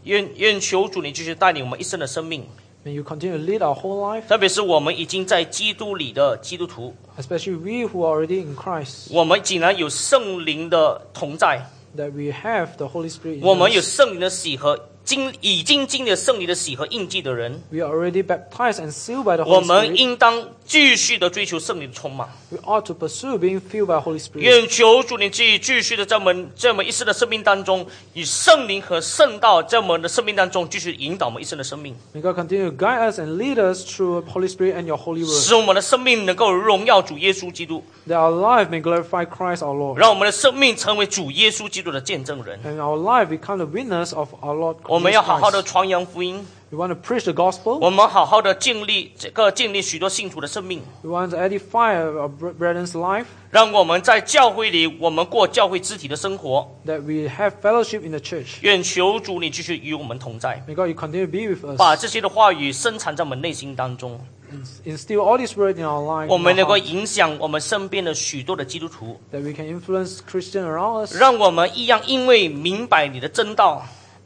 [SPEAKER 2] 愿愿求主你继续带领我们一生的生命，
[SPEAKER 1] May you continue to lead our whole life,
[SPEAKER 2] 特别是我们已经在基督里的基督徒，
[SPEAKER 1] especially we who are already in Christ,
[SPEAKER 2] 我们竟然有圣灵的同在，
[SPEAKER 1] that we have the Holy Spirit. in
[SPEAKER 2] 我们有
[SPEAKER 1] us.
[SPEAKER 2] 圣灵的喜和，经已经经历了圣灵的喜和印记的人，
[SPEAKER 1] We are already baptized and sealed by the
[SPEAKER 2] 我
[SPEAKER 1] Holy
[SPEAKER 2] 们
[SPEAKER 1] Spirit.
[SPEAKER 2] 应当继续的追求圣灵的充满。
[SPEAKER 1] We ought to pursue being filled by Holy Spirit.
[SPEAKER 2] 愿求主你自己继续的在我们在我们一生的生命当中，以圣灵和圣道在我们的生命当中继续引导我们一生的生命，
[SPEAKER 1] May God continue to guide us and lead us through Holy Spirit and your Holy Word,
[SPEAKER 2] 使我们的生命能够荣耀主耶稣基督，
[SPEAKER 1] that our life may glorify Christ our Lord,
[SPEAKER 2] 让我们的生命成为主耶稣基督的见证人。
[SPEAKER 1] and our life become the witness of our Lord
[SPEAKER 2] 我们要
[SPEAKER 1] Jesus
[SPEAKER 2] 好好的
[SPEAKER 1] Christ.
[SPEAKER 2] 传扬福音，
[SPEAKER 1] We want to preach the gospel.
[SPEAKER 2] 我们好好的建立这个建立许多信徒的生命，
[SPEAKER 1] We want to edify our br- brethren's life,
[SPEAKER 2] 让我们在教会里，我们过教会肢体的生活。
[SPEAKER 1] that we have fellowship in the church.
[SPEAKER 2] 愿求主你继续与我们同在，
[SPEAKER 1] May God, you continue to be with
[SPEAKER 2] 把
[SPEAKER 1] us
[SPEAKER 2] 这些的话语深藏在我们内心当中，
[SPEAKER 1] and instill all this word in our life,
[SPEAKER 2] 我
[SPEAKER 1] in
[SPEAKER 2] 们
[SPEAKER 1] our
[SPEAKER 2] 能够
[SPEAKER 1] heart,
[SPEAKER 2] 影响我们身边的许多的基督徒。
[SPEAKER 1] that we can influence Christians around us,
[SPEAKER 2] 让我们一样，因为明白你的真道，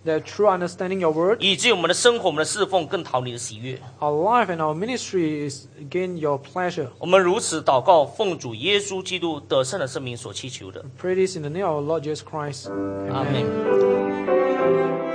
[SPEAKER 1] that through understanding your word,
[SPEAKER 2] 以及我们的生活、我们的侍奉更讨你的喜悦。
[SPEAKER 1] Our life and our ministry is again your pleasure.
[SPEAKER 2] 我们如此祷告，奉主耶稣基督得胜的圣名所祈求的，
[SPEAKER 1] Pray this in the name of our Lord Jesus Christ.
[SPEAKER 2] 阿门。